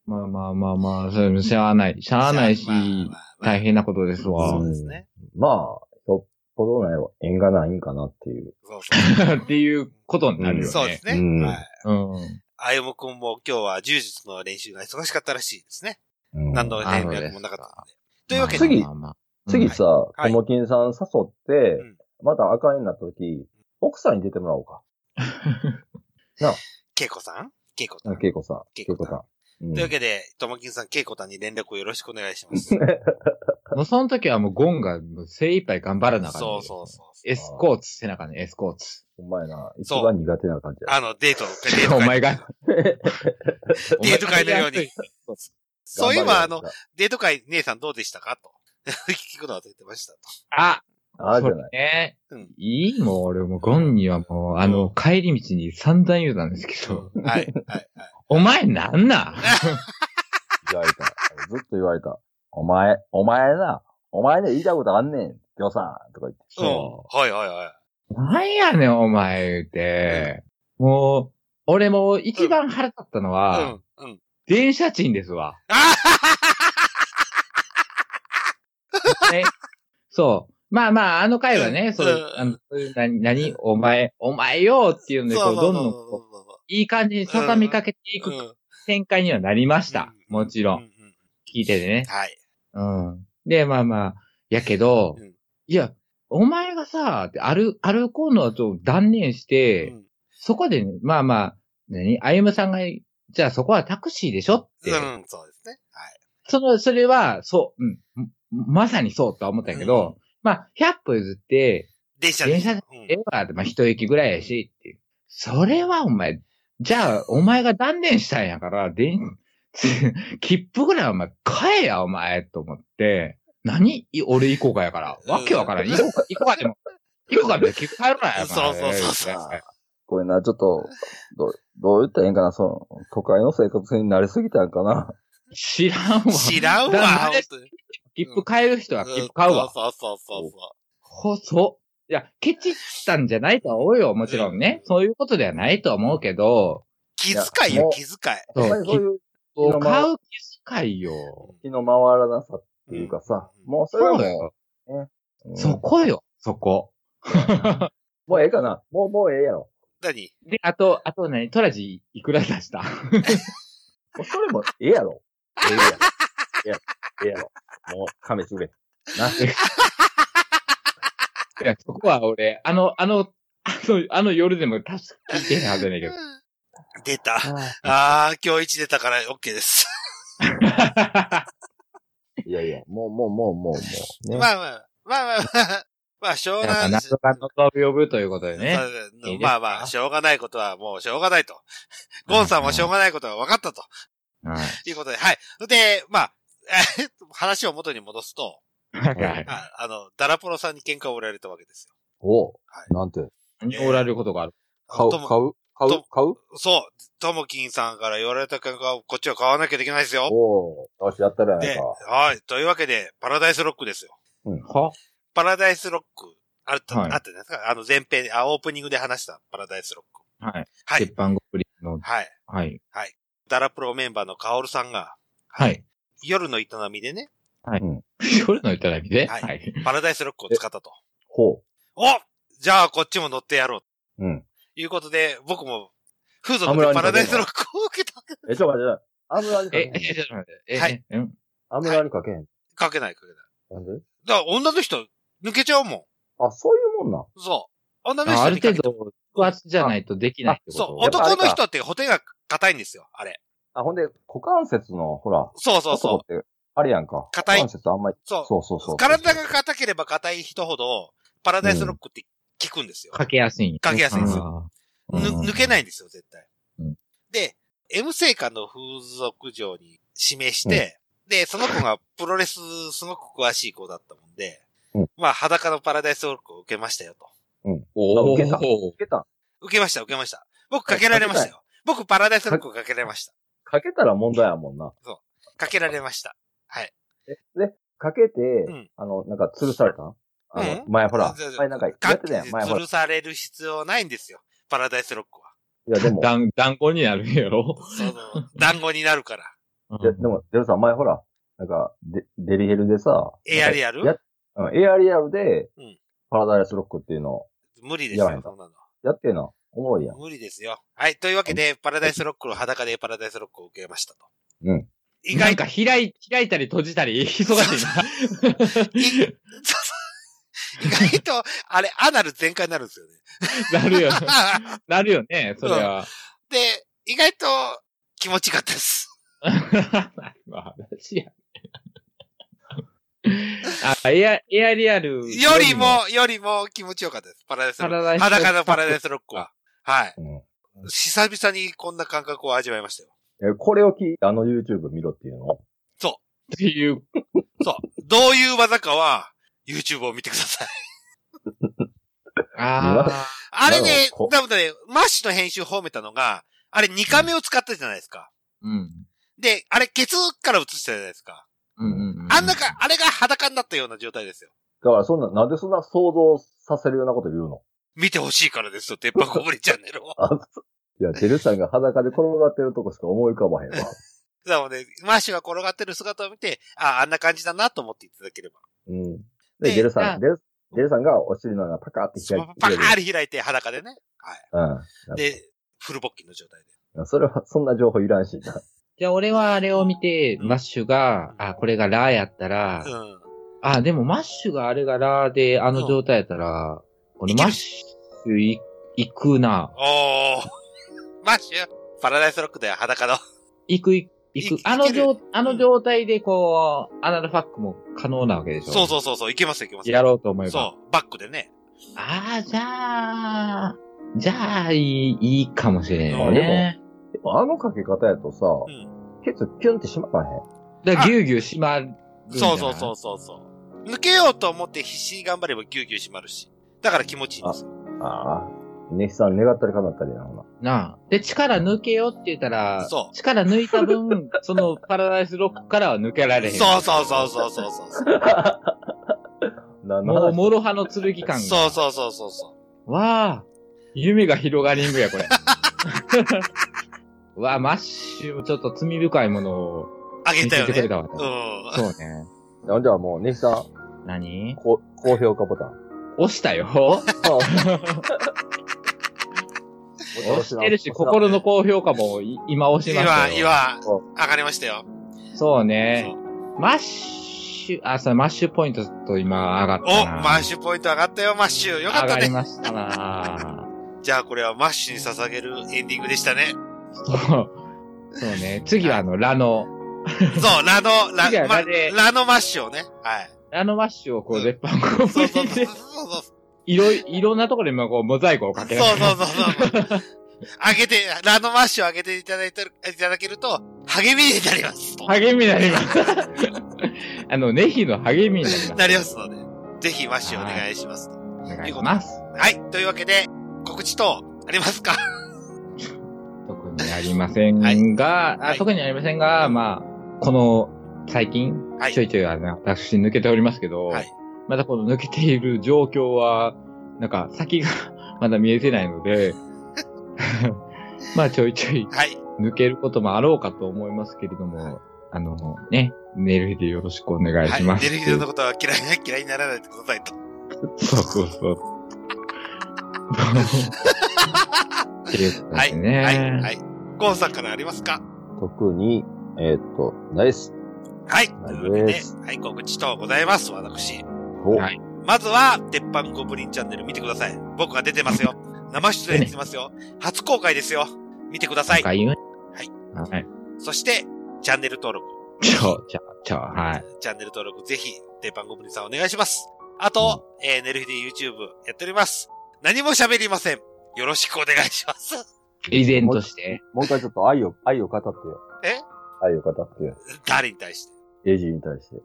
B: まあまあまあまあ、それもしゃあない。しゃ あないし
A: ま、あまあまあ
B: 大変なことですわ
A: そう。ですね。
C: まあ、よっぽどなんやろ。縁がないんかなっていう。
A: そうそう
B: っていうことになるよね。
A: そうですね。
C: うん
A: はい。
B: うん。
A: あゆむくんも今日は柔術の練習が忙しかったらしいですね。
C: うん
A: 何度
B: あ
A: 連
B: そうです
A: 絡もなかったんで。というわけ
C: まあ
A: で、
C: 次
B: まあまあまあ
C: 次さ、
A: は
C: と
A: い
C: もきんさん誘って
A: うん、
C: また赤になった時、奥さんに出てもらおうか。
A: けいこさんけいこさ
C: あ
A: ん。
C: けいこさん。
A: けい
C: けい
A: こ
C: こ
A: さん
C: さん。うん
A: というわけで、ともきんさん、けいこたんに連絡をよろしくお願いします。
B: もうその時はもうゴンがもう精一杯頑張らなあかんね
A: そうそうそう。
B: エスコーツ背中ね、エスコーツ。
C: お前な、一
A: そう
C: 番苦手な感じや。
A: あの、デートの、デート
B: お
A: 会。
B: 前が。
A: デート会のように。そういえば、あの
C: 頑、
A: デート会、姉さんどうでしたかと。 聞くのは忘れてましたと。
B: あ
C: 張れよあ、じゃない。
B: え
A: うん
B: いいもう俺もうゴンにはもう、あの、帰り道に散々言うたんですけど、
A: はい、はい、はい。
B: お前なんなん
C: 言われた。ずっと言われた。お前、お前な、お前ね、言いたいことあんねん、ぎょうさんとか言って。
A: うん。はい、はい、はい。
B: なんやねん、お前言うて。もう、俺もう一番腹立ったのは、
A: うん、うん。
B: 電車賃ですわ。
A: あ
B: ね、そう。まあまあ、あの回は
A: う
B: ね、
A: ん
B: それ
A: うん
B: あのそういう、なに、なに、お前、お前よっていうので、こう、どんどんこう、いい感じに畳みかけていく
A: ん。
B: 展開にはなりました
A: うん。
B: もち
A: う
B: ろ
A: ん
B: ん。
A: うん
B: 聞いててね。
A: はい。
B: うん。で、まあまあ、やけど、
A: うん
B: いや、お前がさ、ある、歩こうのを断念して、
A: うん
B: そこでね、まあまあ、何歩夢さんが、じゃあそこはタクシーでしょって、
A: うん、そうですね。はい。
B: その、それは、そう、うん、ままさにそうとは思ったけど、まあ、100歩譲って、
A: 電車で。
B: 電車で
A: うん
B: ええわ、まあ一駅ぐらいやし、っていう。それはお前、じゃあ、お前が断念したんやから、でん、切符ぐらいお前、買えや、お前、と思って、何い俺行こうかやから。わけわからん。行こうか、行こうかでも、行こうかでも切符買えろや、お前
A: そうそうそうそう
B: みたいな
C: これな、ちょっと、どう、どう言ったらいいんかな、その、都会の生活に慣れすぎたんかな。
B: 知らんわ。
A: 知らん
B: だ
A: わ、
B: から
A: 本当に
B: 切符買える人は切符買うわ。
A: そうそうそうそう。
B: 細っ。いや、ケチったんじゃないとは思うよ、もちろんね。そういうことではないとは思うけど、
A: 気遣いよ、気遣い。
B: そ
C: やっぱ
B: う、
C: り
B: 切
C: そういう
B: 符を買う気遣いよ。
C: 気の回らなさっていうかさ、もうそれは
B: そ
C: も
B: う
C: う
B: よ。
C: うん、
B: そこよ、そこ。
C: もうええかな。もう、もうええやろ。
A: 何
B: で、あと、あと何トラジいくら出 した
C: もうそれもええやろ。ええやろ。ええやろ。ええやろ。もう、勘弁してくれ。な。
B: いや、そこは俺、あの、あの、あの、あの夜でも確か聞いてへんはずやねんけど。
A: 出た。 あー、今日一出たから OK です。
C: いやいや、もう、もう、もう、もう、もう。ね。
A: まあまあ、まあまあまあ、まあ、しょう
B: だ
A: が
B: から、
A: な
B: ないん。とかのと呼ぶということでね。
A: そう
B: いいですか
A: まあまあ、しょうがないことはもうしょうがないと。ゴンさんもしょうがないことは分かったと。
B: はい
A: いうことで、はい。で、まあ、 えー話を元に戻すと、
B: はい。
A: ああの、ダラポロさんに喧嘩を売られたわけですよ。
C: おう
A: は
C: なんて。
B: おられることがある。
C: 買う、
A: と
C: 買
A: も
C: う、買う
A: と、
C: 買う
A: そう、ともきんさんから言われた喧嘩をこっちは買わなきゃいけないですよ。
C: おうよし、やったらやない
A: で、
C: か。
A: はい。というわけで、パラダイスロックですよ。
B: は
A: パラダイスロック、あった、
B: はい
A: あったじゃないですか。あの、前編、あ、オープニングで話したパラダイスロック。
B: はい。
A: は
B: 鉄
A: い。
B: 板ゴブリンの、
A: はい。
B: はい。
A: ダラプロメンバーのカオルさんが、
B: はい。
A: 夜の営みでね、
B: 夜の頂きで、
A: はい
B: はい。
A: パラダイスロックを使ったと。
C: ほ
A: おじゃあ、こっちも乗ってやろう。
C: う。うん。
A: ということで、僕も、風俗
C: ア
A: で
C: ム
A: パ
C: ラ
A: ラダイ
C: に例えば
A: スロックを受けた。
C: え、ちょ、待って、アムラにかけ
B: え、
C: へ
B: え、
C: ん。
B: ちょっと待って。え、
A: はい
B: え、うん
C: アムラにかけへん。
A: かけない、かけない。
C: なんで
A: だから、女の人、抜けちゃうも
C: あ、そういうもんな。
A: ん。そう。女の
B: あ
A: 人
B: ある
A: にか
B: 程
A: けても
B: 度、腹圧じゃないとできないってこと
A: そう。
C: やっぱあれ
A: 男
C: か
A: の人って、ホテが硬いんですよ、あれ。
C: あ、ほんで、股関節の、ほら、
A: そうそうそう。
C: う。あれやんか。
A: 硬い
C: 股関節あんまり。
A: そう。
C: そうそうそう。
A: 体が硬ければ硬い人ほど、パラダイスロックって効くんですよ。
B: かけやすいんや。
A: かけやすいんですよ。
B: よ。
A: ぬ抜けないんですよ、絶対
B: うん。
A: で、M 生官の風俗嬢に指名して、で、その子がプロレスすごく詳しい子だったもんで
C: うん、
A: まあ、裸のパラダイスロックを受けましたよと。
B: お
C: 受けた
B: ー
C: かけた。
A: 受けました、受けました。僕かけられま したよ。僕パラダイスロックをかけられました。
C: かけたら問題やもんな。
A: かけられました。はい。
C: で、かけて、
A: ん
C: あの、なんか吊るされたんあの、
A: うん
C: 前ほら
A: 全然、
C: 前なんかや
A: か
C: ってたやん、前ほ
A: 吊
C: ら。い
A: るされる必要ないんですよ。パラダイスロックは。
C: や、でも、い
B: 団、団子になるんやろ
A: そ の、団子になるから。
C: やでも、ゼロさん、前ほら、なんか、デデリヘルでさ、
A: エアリアル
C: やうんエアリアルで
A: うん、
C: パラダイスロックっていうの
A: 無理です
C: やらへ
A: よ、
C: んか
A: そんなの。
C: やってんの、おもろいやん。
A: 無理ですよ。はい。というわけで、パラダイスロックの裸でパラダイスロックを受けましたと。
C: うん。
A: 意
B: なん
A: 外
B: か
A: と、
B: 開い、開いたり閉じたり、 忙しい
A: 意外と、あれ、アナル全開になるんですよね。
B: な。なるよ。なるよね、それは。
A: で、意外と気持ちよかったです。
B: まあ、話やね。あ、エア、エアリアル
A: より、も、よりも気持ちよかったです。パラダイスロ
B: パ
A: ック。
B: ラダイス
A: 裸のパラダイスロックは。はい。
C: うん
A: 久々にこんな感覚を味わいましたよ。
C: え、これを聞いて、あの YouTube 見ろっていうの
B: っていう。
A: そう。どういう技かは、YouTube を見てください。
B: あ
A: あれ
C: なる
A: ね
C: ほ、ど
A: 多分ね、マッシュの編集褒めたのが、あれ2カメを使ったじゃないですか。
B: ーうん。
A: で、あれケツから映したじゃないですか。
B: うんうんうん。
A: あんなか、あれが裸になったような状態ですよ。
C: だから、そんな、なんでそんな想像させるようなこと言うの。
A: 見てほしいからですよ、鉄板こぼれチャンネ ルを
C: あ、そいや、ゼルさんが裸で転がってるとこしか思い浮かばへんわ。
A: だもんね、マッシュが転がってる姿を見て、ああ、あんな感じだなと思っていただければ。
C: うん。
A: で
C: で、ジェルさ
B: あ
C: ん、ジェルジェルさんがお尻の穴パカーって開いて
A: パ
C: くれる。
A: ーリ開いて裸でね。はい。
C: うん。
A: で、フル勃起の状態で。
C: それは、そんな情報いらんしな。
B: じゃあ俺はあれを見て、マッシュが、あ、これがラーやったら、
A: うん。
B: あ、でもマッシュがあれがラーで、あの状態やったら、俺
A: いける
B: マッシュい行くな。
A: おー。 マッシュパラダイスロックだよ、裸の。
B: 行く、行
A: い
B: く
A: い。け
B: あの
A: る
B: 状、あの状態でこう、アナルファックも可能なわけでしょ。
A: そうそうそう、そういけますいけます。
B: やろうと思えば。
A: そう、バックでね。
B: ああ、じゃあ、じゃあ、いい、いいかもしれないね。
C: でもあのかけ方やとさ、
A: うん。
C: ケツキュンってしまわへん。
B: だからぎゅうぎゅう閉まるんじゃな
A: そ
B: いう
A: そうそうそうそう。抜けようと思って必死に頑張ればギュギュ締まるし。だから気持ちいいんですよ。
C: ああ。ネヒさん願ったりかなったりやなほな。
B: なあ。で、力抜けよって言ったら、
A: そう
B: 力抜いた分、そのパラダイスロックからは抜けられ へん。
A: そうそうそうそうそうそう。
C: 何
B: も
C: の
B: う、
C: 話
B: もろ刃の剣感が。
A: そうそうそうそうそう。
B: わあ、夢が広がりんぐや、これ。わあ、マッシュ、ちょっと罪深いものを
A: あげ
B: 見
A: た
B: せ
A: よ
B: てくれ
A: ね。
B: たわね。
A: うん。
B: そうね。
C: あじゃあもう、ネヒさん、
B: 何
C: こう高評価ボタン。
B: 押し たよ。 押してるし、心の高評価もい今押しました
A: 今、
B: よ。
A: 今
C: そ、
A: 上がりましたよ。
B: そう
A: そ
B: ね。
A: う
B: マッシュ、あ、そう、マッシュポイントと今上がった
A: お、
B: な。
A: マッシュポイント上がったよ、マッシュ。よかっ
B: 上
A: た
B: が
A: ね。
B: りましたな
A: じゃあこれはマッシュに捧げるエンディングでしたね。
B: そう。そうね。次はあの、ラの、
A: そう、ラの、ラ
B: いや、
A: ま
B: ラで
A: ラのマッシュをね。はい。
B: ラのマッシュをこう、絶版コンプ
A: そ
B: リ
A: うそう
B: ート
A: そう。そう
B: で
A: そう
B: いろい、いろんなところに今こう、モザイクをかけられ
A: そうそうそうそうそう。あげて、ラノマッシュをあげていただいてる、いただけると、励みになります。
B: 励みになります。 あの、ネヒの励みになります。
A: なりますので、ぜひマッシュお願いします。は
B: お願いします。
A: い、というわけで、告知等、ありますか
B: 特にありませんが、
A: は
B: あ
A: い
B: 特にありませんが、まあ、この、最近、
A: はい
B: ちょいちょいあの私抜けておりますけど、
A: はい
B: まだこの抜けている状況は、なんか先が まだ見えてないので、 まあちょいちょい
A: はい。
B: 抜けることもあろうかと思いますけれども、あのね、寝る日でよろしくお願い
A: は
B: し
A: い。
B: ます。
A: デルヒドのことは嫌い な、嫌いにならないでくださいと。
B: そうそうそう。っていうこと
A: は
B: で
A: い。
B: すね。
A: はい。はい。ゴーさんからありますか
C: 特に、えーっと、ナイス。
A: はい。と
C: ない
A: いうわけで
C: です、
A: はい、告知等ございます、私。
C: お、
B: はい
A: まずは、鉄板ゴブリンチャンネル見てください。僕が出てますよ。生出演してますよ。初公開ですよ。見てくださ
B: なん
A: い。
B: か言う
A: はい。
B: はい。
A: そして、チャンネル登録。
B: ちょ、ちょ、ちょ、はい。
A: チャンネル登録ぜひ、デパンゴブリンさんお願いします。あと、えー、寝る日で YouTube やっております。何も喋りません。よろしくお願いします。
B: 依然として。
C: もう一回ちょっと愛を、愛を語ってよ。
A: え
C: 愛を語ってよ。
A: 誰に対して。
C: エジに対して。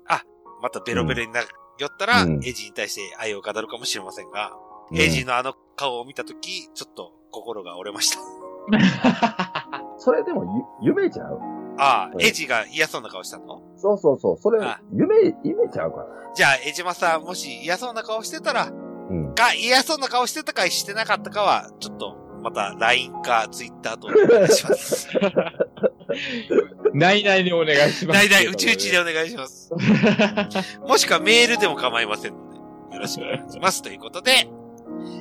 A: またベロベロになる。よったら、
C: うん
A: エイジに対して愛を語るかもしれませんが、
C: うん
A: エイジのあの顔を見たとき、ちょっと心が折れま した。
C: それでもゆ、夢ちゃう
A: ああ、
C: うん
A: エイジが嫌そうな顔したの
C: そうそうそう。それ
A: あ、
C: 夢、夢ちゃうから。
A: じゃあ、エジマさん、もし嫌そうな顔してたら、
C: うん。
A: か、嫌そうな顔してたか、してなかったかは、ちょっと、また、LINE か、Twitter とお願いします。
B: ないないにお願いします。
A: ないない、うちうちでお願いし ます。もしくはメールでも構いませんので、よろしくお願いします。ということで、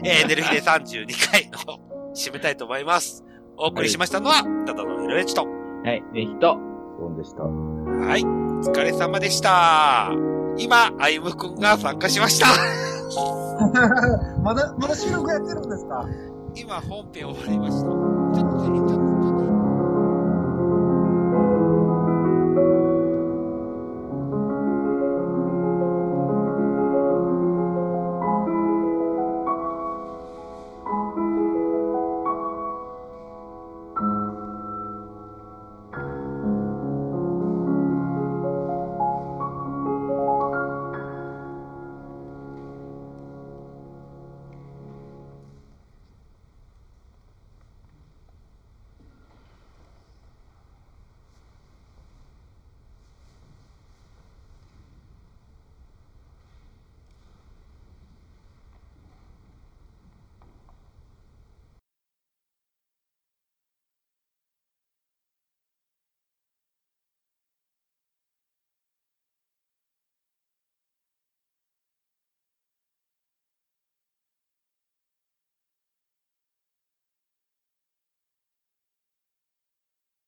A: えー、寝る日で32回の締めたいと思います。お送りしましたのは、ただのエロエチと。
B: はい、ぜひと。
C: そうでした。
A: はい、お疲れ様でした。今、あゆむくんが参加しました。
J: まだ、まだ収録やってるんですか
A: 今、本編終わりました。ちょっと、ちょっと。